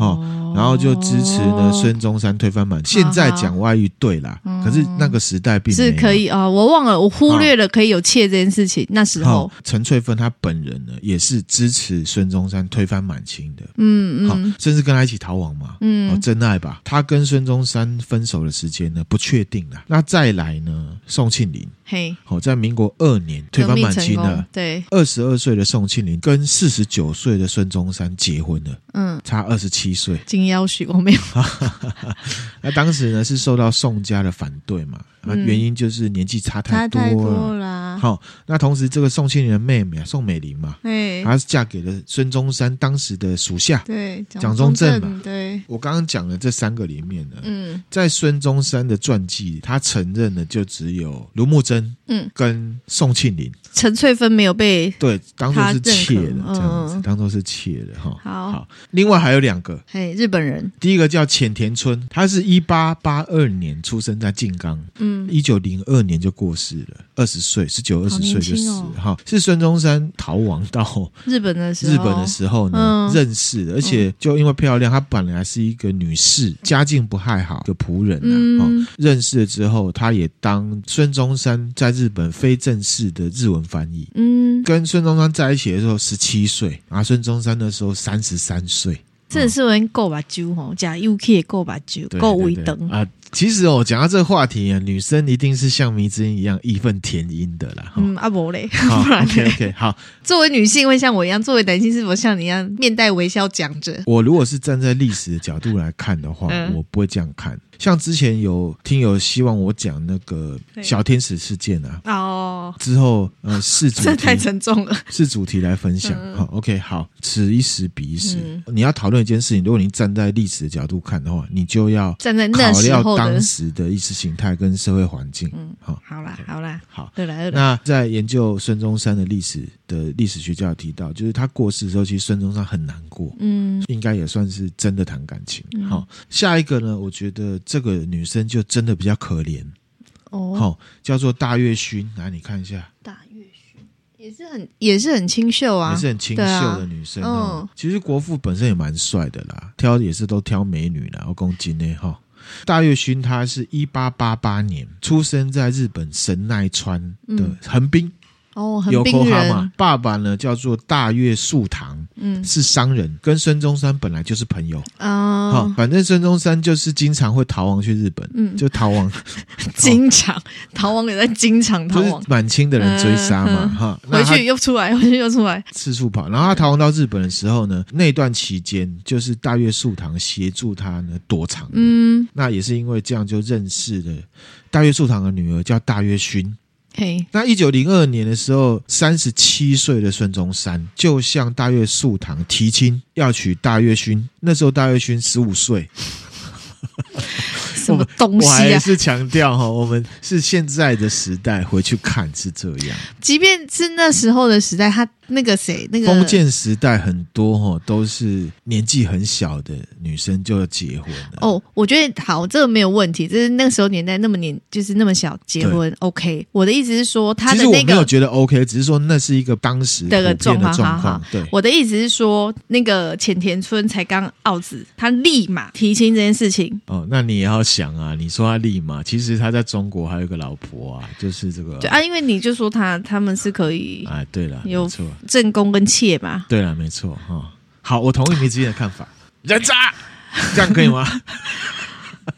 哦，
然后就支持呢孙中山推翻满。现在讲外遇对啦，
嗯
可是那个时代并没有
是可。以啊、哦我忘了，我忽略了可以有妾这件事情。那时
好
候，，
哦陈翠芬她本人呢，也是支持孙中山推翻满清的，
嗯
好、
嗯
甚至跟他一起逃亡嘛。哦，
嗯
真爱吧。啊他跟孙中山分手的时间呢不确定啦。那再来呢，宋庆龄
嘿，
好、在民国二年推
革
翻
命
满
成
清
功
了，。
对，
二十二岁的宋庆龄跟四十九岁的孙中山结婚了，
嗯，
差二十七岁。
金腰许我没有，
那当时呢是受到宋家的反对嘛，那
嗯
原因就是年纪差
差
太多
太多
了。
啦。
好、那同时这个宋庆龄的妹妹啊，宋美龄嘛，
哎，
她是嫁给了孙中山当时的属下。
对，
蒋中
中
正嘛
对，
我刚刚讲的这三个里面呢，
嗯
在孙中山的传记，他承认的就只有卢慕贞
嗯，
跟宋庆龄，
陈翠芬没有被
对，当做是妾
他认
的
可
这样子，
嗯
当做是妾的哈。
好
另外还有两个，
嘿日本人，
第一个叫浅田春，他是一八八二年出生在静冈，
嗯
一九零二年就过世了，二十岁，十九二十岁就死
好年轻哦
哈、是孙中山逃亡到
日本的时候，
日本的时候呢、
嗯
认识的，而且就因为漂亮，她本来是一个女士，家境不太好的仆人啊、
嗯
哦，认识了之后，她也当孙中山在日本非正式的日文翻译。
嗯，
跟孙中山在一起的时候十七岁，啊，孙中山的时候三十三岁，
这是人够把酒吼，假 UK 也够把酒，
对
够
对
微
对
等，
啊。其实哦，讲到这个话题啊，女生一定是像迷之音一样义愤填膺的啦。哈、
嗯，阿伯嘞，
好
不然
OK
嘞，
OK，好，
作为女性会像我一样，作为男性是否像你一样面带微笑讲着？
我如果是站在历史的角度来看的话，
嗯
我不会这样看。像之前有听友希望我讲那个
对
小天使事件啊，
哦，
之后 呃是主
这太
题
沉重了，
是主题来分享。
嗯
好，OK，好，此一时彼一时。
嗯
你要讨论一件事情，如果你站在历史的角度看的话，你就要
站在那
考
时
量
候的
当，时的意识形态跟社会环境。
嗯
好，
好啦，好啦，
好。
对啦，对啦，
那在研究孙中山的历史的历史学家有提到，就是他过世的时候，其实孙中山很难过，
嗯
应该也算是真的谈感情。
嗯
好、下一个呢，我觉得这个女生就真的比较可怜，
哦，
好、叫做大月薰，来你看一下，
大月巡也是很也是很清秀啊
也，是很清秀
对啊
的女生、哦。
嗯
其实国父本身也蛮帅的啦，挑也是都挑美女啦，我公斤呢哈。大月薰她是一八八八年出生在日本神奈川的
嗯
横滨，
哦，很
有
冰
哈
人
嘛，，爸爸呢叫做大月树堂，
嗯
是商人，跟孙中山本来就是朋友。
啊，
好、反正孙中山就是经常会逃亡去日本，
嗯
就逃 亡，
经常逃亡也在经常逃
哦就是
亡，
满清的人追杀嘛，
嗯
哈、那
回
他
去又出来，回去又出来，
四处跑，然后他逃亡到日本的时候呢，那段期间就是大月树堂协助他呢躲藏，
嗯，
那也是因为这样就认识了大月树堂的女儿叫大月薰，
嘿，
那一九零二年的时候，三十七岁的孙中山就向大月树堂提亲，要娶大月薰。那时候大月薰十五岁，
什么东
我
西
还
啊？
是强调哈，我们是现在的时代回去看是这样。
即便是那时候的时代，他那个谁，那个
封建时代很多哈都是年纪很小的女生就要结婚了。
哦，我觉得好，这个没有问题，就是那个时候年代那么年，就是那么小结婚，OK。我的意思是说，他
其
的
实我
那
没有
个。
觉得 OK，只是说那是一个当时普遍的状
这个状况
况。对，
我的意思是说，那个浅田村才刚奥子，他立马提亲这件事情，
哦，那你也要想啊，你说他立马，其实他在中国还有一个老婆啊，就是这个
对啊，因为你就说他他们是可以
啊，对了，
有
没错，
正宫跟妾嘛，
对了，没错哈、好，我同意你之前的看法，人渣，这样可以吗？嗯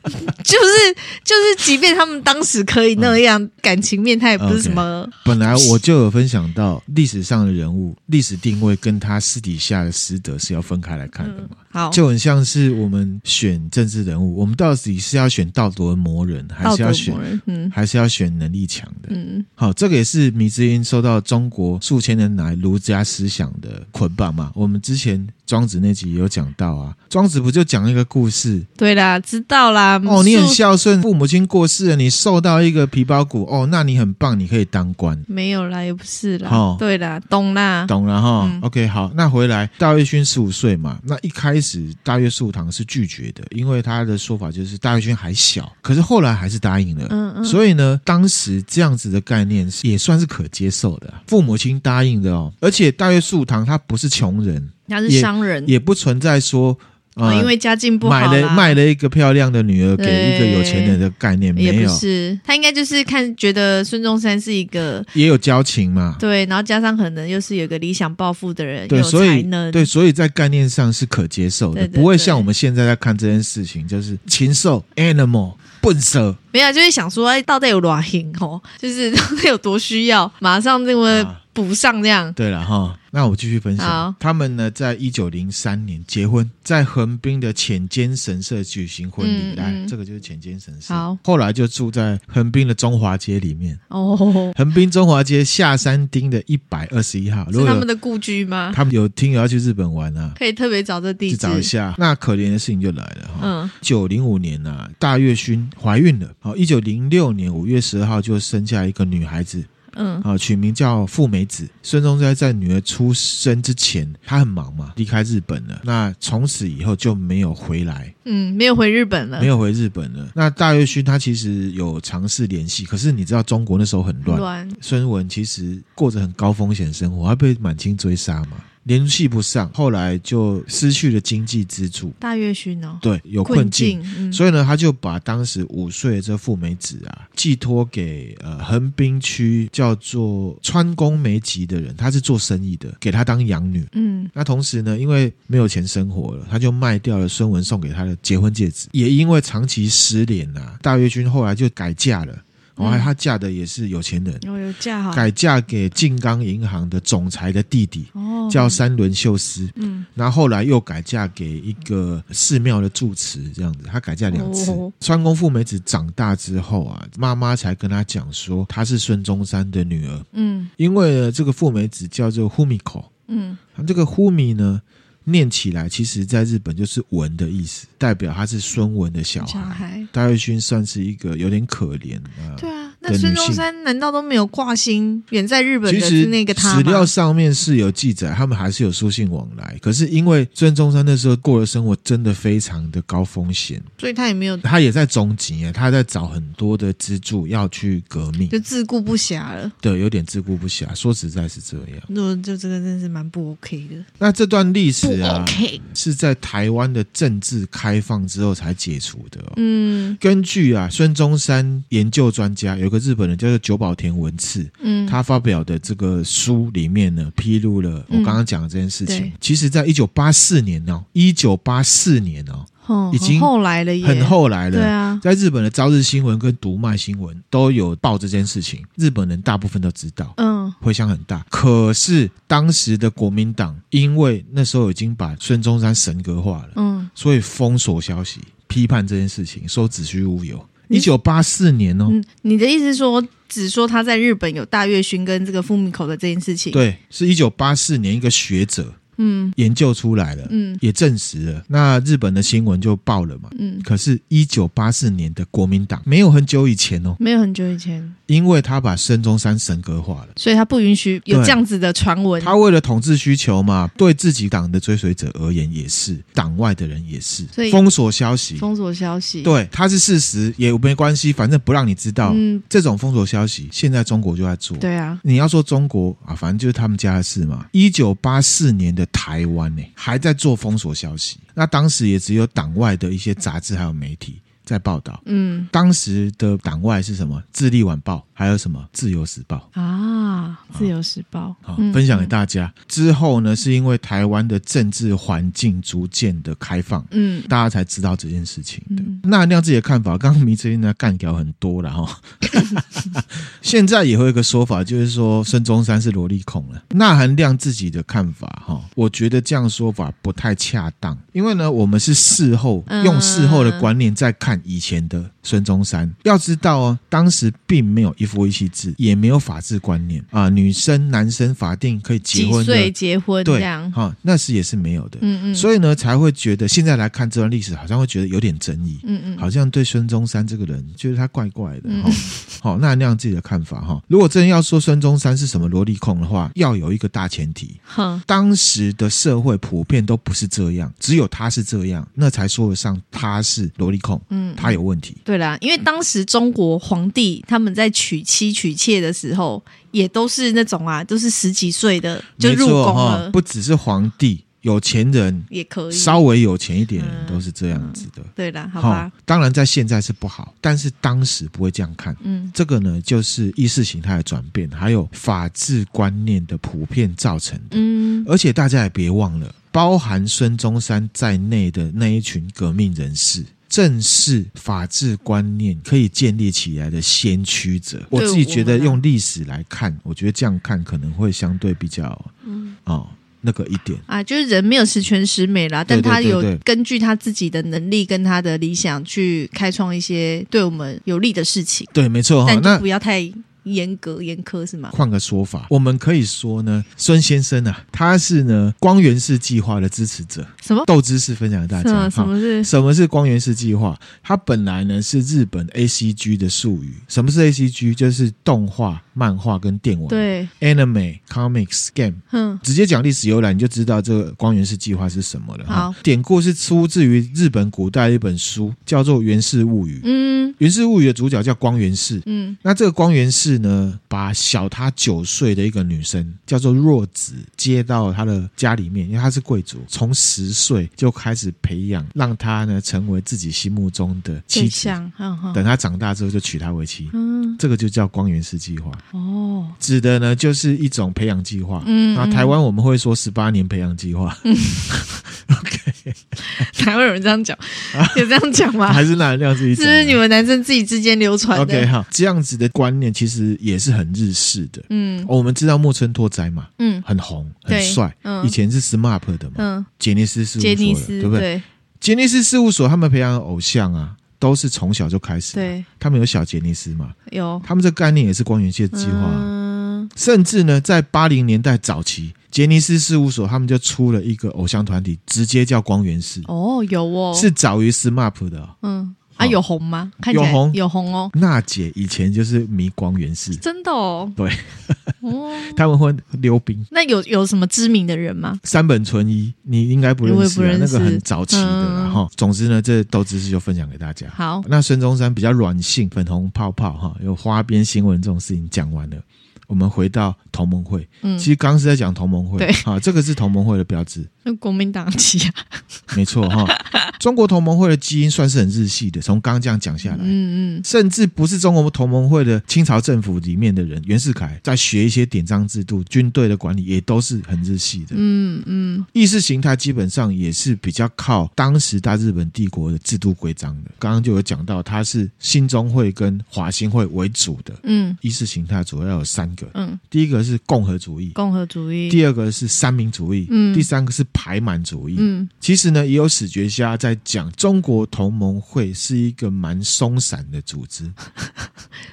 就是就是，即便他们当时可以那样，感情面他也不是
嗯啊 OK
什么
本来我就有分享到历史上的人物历史定位跟他私底下的师德是要分开来看的嘛。
好，
就很像是我们选政治人物，我们到底是要选道德魔人，还
道
是
德
要选
魔人，嗯
还是要选能力强的？
嗯，
好，这个也是米之音受到中国数千年来儒家思想的捆绑嘛。我们之前庄子那集也有讲到啊，庄子不就讲一个故事
对啦，知道啦。
哦，你很
树
孝顺，父母亲过世了，你受到一个皮包骨哦，那你很棒，你可以当官。
没有啦，也不是啦，
哦
对啦，懂啦，
懂了哈、
嗯
o k 好，那回来大月勋十五岁嘛，那一开始大月树堂是拒绝的，因为他的说法就是大月勋还小，可是后来还是答应了，
嗯嗯，
所以呢，当时这样子的概念是也算是可接受的啊，父母亲答应的哦。而且大月树堂他不是穷人，
他是
也
商人，
也不存在说
嗯哦
呃
因为家境不好
买了
啦
卖了一个漂亮的女儿给一个有钱人的概念，
也
没
不
有，
是，他应该就是看觉得孙中山是一个
也有交情嘛。
对，然后加上可能又是有个理想抱负的人，
对，
有
所
才
以
能，
对，所以在概念上是可接受的，
对对
不会
对
像我们现在在看这件事情，就是禽兽 animal 笨蛇，
没有就是想说，哎，到底有多行哦， 就是到底有多需要，马上这么
啊
补上这样。
对了哈，那我继续分享
好。
他们呢，在一九零三年结婚，在横滨的浅间神社举行婚礼。
嗯
来，
嗯
这个就是浅间神社。
好
后来就住在横滨的中华街里面，
哦，
横滨中华街下山町的一百二十一号。如
是
果
他
有
们的故居吗？
他们有听友要去日本玩啊，
可以特别找这地
去
址
找一下。那可怜的事情就来了哈。
嗯，
九零五年啊，大月薰怀孕了。好，一九零六年五月十二号就生下一个女孩子，
嗯，
啊，取名叫富美子。孙中山在女儿出生之前，他很忙嘛，离开日本了。那从此以后就没有回来，
嗯，没有回日本了，
没有回日本了。那大月勋他其实有尝试联系，可是你知道中国那时候很乱，
乱，
孙文其实过着很高风险生活，他被满清追杀嘛，联系不上，后来就失去了经济支柱，
大月勋哦，
对，有
困
困境。，
嗯
所以呢，他就把当时五岁的这富美子啊，寄托给呃横滨区叫做川宫梅吉的人，他是做生意的，给他当养女。
嗯，
那同时呢，因为没有钱生活了，他就卖掉了孙文送给他的结婚戒指。也因为长期失联啊，大月君后来就改嫁了，哦，
嗯
她嫁的也是有钱人，
然后哦有嫁好，
改嫁给静冈银行的总裁的弟弟，
哦，
叫三轮秀司。
嗯，
然后后来又改嫁给一个寺庙的住持，这样子，他改嫁两次。
哦
川宫富美子长大之后啊，妈妈才跟她讲说她是孙中山的女儿，
嗯
因为呢这个富美子叫做 Humiko，
嗯，
这个 Humi 呢念起来其实在日本就是文的意思，代表她是孙文的小
小
孩。
孩，
大月勋算是一个有点可怜啊。
对啊，那
的女
孙中
性
山难道都没有挂心远在日本
其
的
实
是那个他
史
吗
料？上面是有记载，他们还是有书信往来。可是因为孙中山那时候过的生活真的非常的高风险，
所以他也没有
他也在中集啊，他在找很多的资助要去革命
就，自顾不暇了。
对，有点自顾不暇。说实在是这样。
那就这个真是蛮不 OK 的，
那这段历史啊，
OK。
是在台湾的政治开放之后才解除的、哦。
嗯
根据啊，孙中山研究专家有个日本人叫做久保田文次，
嗯，
他发表的这个书里面呢，披露了我
嗯
刚刚讲的这件事情。
对
其实，在一九八四年哦，一九八四年哦，
哦
已经
很后来了耶，
很后来了。
对啊，
在日本的朝日新闻跟读卖新闻都有报这件事情，日本人大部分都知道，
嗯
回响很大。可是当时的国民党因为那时候已经把孙中山神格化了，
嗯，
所以封锁消息，批判这件事情，说子虚乌有。
你
一九八四年哦，
嗯，你的意思是说，只说他在日本有大月勋跟这个富米口的这件事情？，
对，是一九八四年一个学者
嗯
研究出来了，
嗯
也证实了。那日本的新闻就报了嘛。
嗯，
可是，一九八四年的国民党没有很久以前哦，
没有很久以前，
因为他把孙中山神格化了。
所以他不允许有
对
这样子的传闻。
他为了统治需求嘛，对自己党的追随者而言也是，党外的人也是
所以，
封锁消息。
封锁消息，，
对，它是事实也没关系，反正不让你知道。
嗯，
这种封锁消息，现在中国就在做。
对啊，
你要说中国啊，反正就是他们家的事嘛。一九八四年的台湾呢、还在做封锁消息，那当时也只有党外的一些杂志还有媒体在报道。
嗯
当时的党外是什么？《智利晚报》，还有什么《自由时报》。
啊，《自由时报
好》
嗯
分享给大家。之后呢，是因为台湾的政治环境逐渐的开放。
嗯
大家才知道这件事情的。
嗯
那亮自己的看法，刚刚迷之音呢干掉很多了哈。 现在也会有一个说法，就是说孙中山是萝莉控了。那含亮自己的看法哈，我觉得这样说法不太恰当，因为呢，我们是事后
嗯
用事后的观念在看以前的孙中山。要知道哦，当时并没有一夫一妻制，也没有法治观念啊、女生男生法定可以结
几
婚
岁
的，
结婚这
对
样，
哈，那时也是没有的。
嗯嗯，以
所以呢，才会觉得现在来看这段历史，好像会觉得有点争议，
嗯嗯，
好像对孙中山这个人，觉得他怪怪的
嗯
哈。好、那那样自己的看法哈。如果真要说孙中山是什么萝莉控的话，要有一个大前提，
哼，
当时的社会普遍都不是这样，只有他是这样，那才说得上他是萝莉控，
嗯，
他有问题。
对啦，因为当时中国皇帝他们在娶妻娶妾的时候，也都是那种啊，都是十几岁的就
没
入
错
宫
哈
了，
不只是皇帝，有钱人
也可以，
稍微有钱一点的人
嗯
都是这样子的。
对啦，好
好
吧，，
当然在现在是不好，但是当时不会这样看。
嗯
这个呢，就是意识形态的转变，还有法治观念的普遍造成的。
嗯
而且大家也别忘了，包含孙中山在内的那一群革命人士，正是法治观念可以建立起来的先驱者。我自己觉得用历史来看，我觉得这样看可能会相对比较
嗯
哦那个一点。
啊，就是人没有十全十美啦，但
对对
他
对
有
对
根据他自己的能力跟他的理想去开创一些对我们有利的事情，
对，没错哈。
但就
哦那
不要太严格严苛是吗？
换个说法，我们可以说呢，孙先生啊，他是呢光源式计划的支持者。
什么？
豆知识分享给大
什
家
么什
哈。
么是？
什么是光源式计划？它本来呢是日本 A C G 的术语。什么是 A C G？就是动画、漫画跟电玩。
对，
，anime、comics、game。
哼，
直接讲历史由来，你就知道这个光源式计划是什么了。哈
好
典故是出自于日本古代一本书，叫做《源氏物语》。
嗯
源氏物语》的主角叫光源氏。
嗯
那这个光源氏呢，把小他九岁的一个女生叫做若子接到他的家里面，因为她是贵族，从十岁就开始培养，让她呢成为自己心目中的妻
对
子。
象，嗯哼，
等她长大之后，就娶她为妻。
嗯
这个就叫光源氏计划，
哦，
指的呢就是一种培养计划。
嗯
那
嗯
啊台湾我们会说十八年培养计 划，
嗯台湾有人这样讲，有这样讲吗？
啊还是那那样子一
是
种
不
呢？
是你们男生自己之间流传
OK
的？
哈，这样子的观念其实也是很日式的。
嗯
哦我们知道木村拓哉嘛，
嗯
很红很
对
帅，
嗯
以前是 SMAP 的嘛，
嗯，
杰尼斯事务所
杰
的，
尼斯
对不对？
对
杰尼斯事务所他们培养的偶像啊，都是从小就开始，，
对
他们有小杰尼斯嘛，
有
他们这概念也是光源线计划啊、
嗯
甚至呢，在八零年代早期，杰尼斯事务所他们就出了一个偶像团体，直接叫光源氏，
哦有哦
是早于 SMAP 的、哦。
嗯啊
好
有红吗？看起来
有红
有红哦，
娜姐以前就是迷光源氏，
真的哦
对，
哦。
他们会溜冰。
那有有什么知名的人吗？
三本纯一，你应该不认识、啊，
我也不认识
那个很早期的啦
嗯
哈、总之呢，这豆知识就分享给大家。
好，
那孙中山比较软性，粉红泡泡哈，有花边新闻这种事情讲完了，我们回到同盟会。
嗯
其，实刚刚是在讲同盟会，
对
啊，这个是同盟会的标志，
那国民党旗啊，
没错 哈。中国同盟会的基因算是很日系的，从刚刚这样讲下来。
嗯嗯，
甚至不是中国同盟会的清朝政府里面的人，袁世凯在学一些典章制度、军队的管理，也都是很日系的。
嗯嗯，
意识形态基本上也是比较靠当时大日本帝国的制度规章的。刚刚就有讲到，它是新中会跟华兴会为主的
嗯
意识形态，主要有三个：
嗯，
第一个是共和主义，
共和主义，
第二个是三民主义，
嗯
第三个是排满主义。
嗯
其实呢，也有史学家在讲，中国同盟会是一个蛮松散的组织。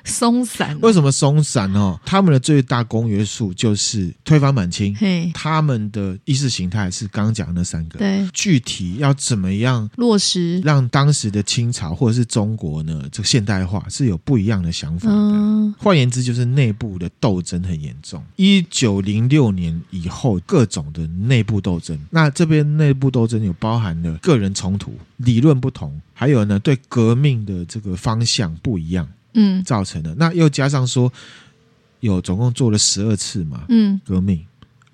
松散哦，
为什么松散哦？他们的最大公约数就是推翻满清，
嘿，
他们的意识形态是刚刚讲的那三个。
对，
具体要怎么样
落实，
让当时的清朝或者是中国呢，这个现代化是有不一样的想法的。
嗯
换言之，就是内部的斗争很严重。一九零六年以后，各种的内部斗争。那这边内部斗争有包含了个人冲突、理论不同，还有呢对革命的这个方向不一样
嗯
造成的。那又加上说，有总共做了十二次嘛
嗯，
革命，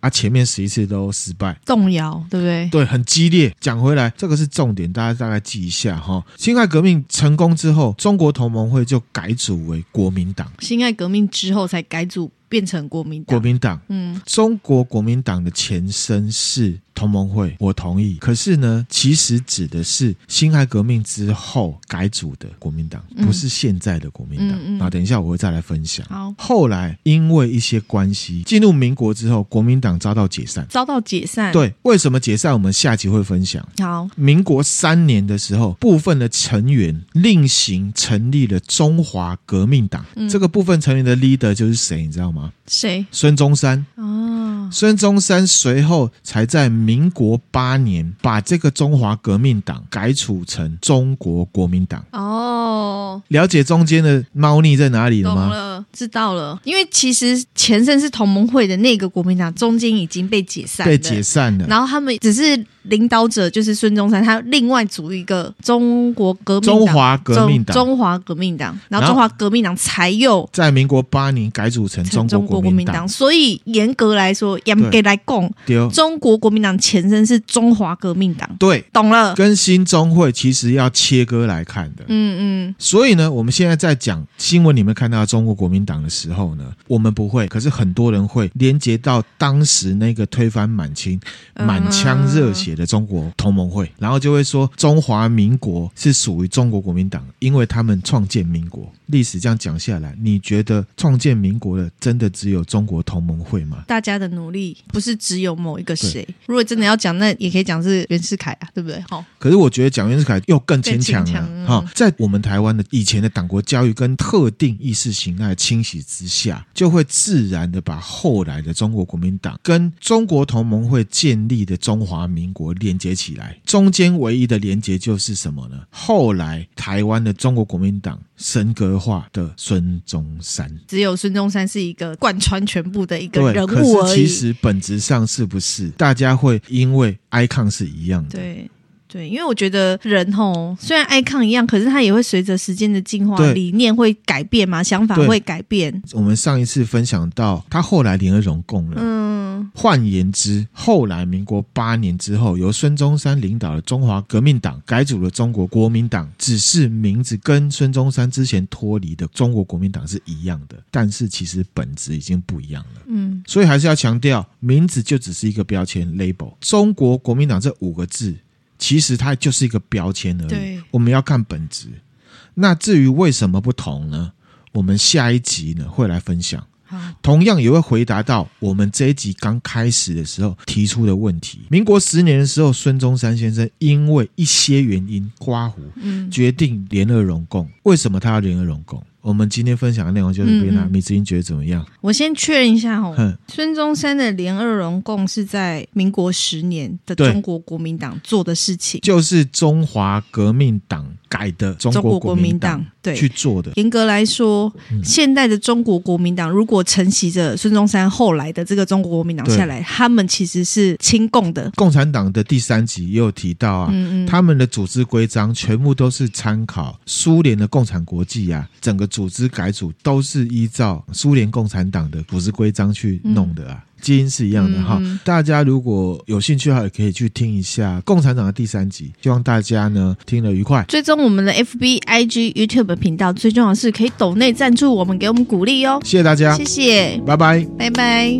啊前面十一次都失败，
动摇，对不对？
对，很激烈。讲回来，这个是重点，大家大概记一下哈。辛亥革命成功之后，中国同盟会就改组为国民党，
辛亥革命之后才改组变成国民党，
国民党。
嗯
中国国民党的前身是同盟会，我同意。可是呢，其实指的是辛亥革命之后改组的国民党，
嗯
不是现在的国民党。啊
嗯嗯
那等一下我会再来分享。
好
后来因为一些关系，进入民国之后，国民党遭到解散。
遭到解散，，
对，为什么解散？我们下集会分享。
好，
民国三年的时候，部分的成员另行成立了中华革命党。
嗯
这个部分成员的 leader 就是谁，你知道吗？
谁
孙中山。
哦，
孙中山随后才在民国八年把这个中华革命党改处成中国国民党。
哦，
了解中间的猫腻在哪里了
懂
吗？
了，了，知道了。因为其实前身是同盟会的那个国民党，中间已经被解散了，
被解散了。
然后他们只是领导者就是孙中山，他另外组一个中国革命党
中华革命党
中中华革命党，
然
然
后
后中华革命党才又
在民国八年改组成中国国
国
民
党。
党，
所以严格来说，严格
对
来讲，
丢
中国国民党前身是中华革命党，
对，
懂了？
跟新中会其实要切割来看的。
嗯嗯，
所以呢，我们现在在讲新闻里面看到的中国国民党的时候呢，我们不会，可是很多人会连接到当时那个推翻满清、
嗯
满腔热血的中国同盟会，然后就会说中华民国是属于中国国民党，因为他们创建民国。历史这样讲下来，你觉得创建民国的真的只有中国同盟会吗？
大家的努力不是只有某一个谁。如果真的要讲，那也可以讲是袁世凯啊，对不对？好、
可是我觉得蒋元世凯又更牵强
更牵
了
强嗯
哈、在我们台湾的以前的党国教育跟特定意识形态清洗之下，就会自然的把后来的中国国民党跟中国同盟会建立的中华民国连接起来。中间唯一的连接就是什么呢？后来台湾的中国国民党神格化的孙中山。
只有孙中山是一个贯穿全部的一个
对，
人
可
物而
是
已。
其实本质上是不是大家会因为 icon 是一样的？
对对，因为我觉得人吼，虽然爱抗一样，可是他也会随着时间的进化，
对
理念会改变嘛，想法
对
会改变。
我们上一次分享到，他后来联合容共了。
嗯，
换言之，后来民国八年之后，由孙中山领导的中华革命党改组了中国国民党，只是名字跟孙中山之前脱离的中国国民党是一样的，但是其实本质已经不一样了。
嗯，
所以还是要强调，名字就只是一个标签 （label）。中国国民党这五个字，其实它就是一个标签而已
对。
我们要看本质。那至于为什么不同呢？我们下一集呢会来分享。
好，
同样也会回答到我们这一集刚开始的时候提出的问题。民国十年的时候，孙中山先生因为一些原因刮胡，
嗯，
决定联合容共。为什么他要联合容共？我们今天分享的内容就是
嗯
贝娜
嗯
米之音觉得怎么样？
我先确认一下吼，
哼，
孙中山的联俄容共是在民国十年的
对
中国国民党做的事情，
就是中华革命党改的中
中
国国
国国
民
民
党
党对
去做的。
严格来说，
嗯
现代的中国国民党如果承袭着孙中山后来的这个中国国民党
对
下来，他们其实是亲共的。
共产党的第三集也有提到啊，
嗯嗯，
他们的组织规章全部都是参考苏联的共产国际啊，整个组织改组都是依照苏联共产党的组织规章去弄的啊。基因是一样的哈，
嗯
大家如果有兴趣的话，也可以去听一下共产党的第三集。希望大家呢听了愉快。
追踪我们的 FB、IG、YouTube 频道，最重要的是可以抖内赞助我们，给我们鼓励哦。
谢谢大家，
谢谢，
拜拜。
拜拜。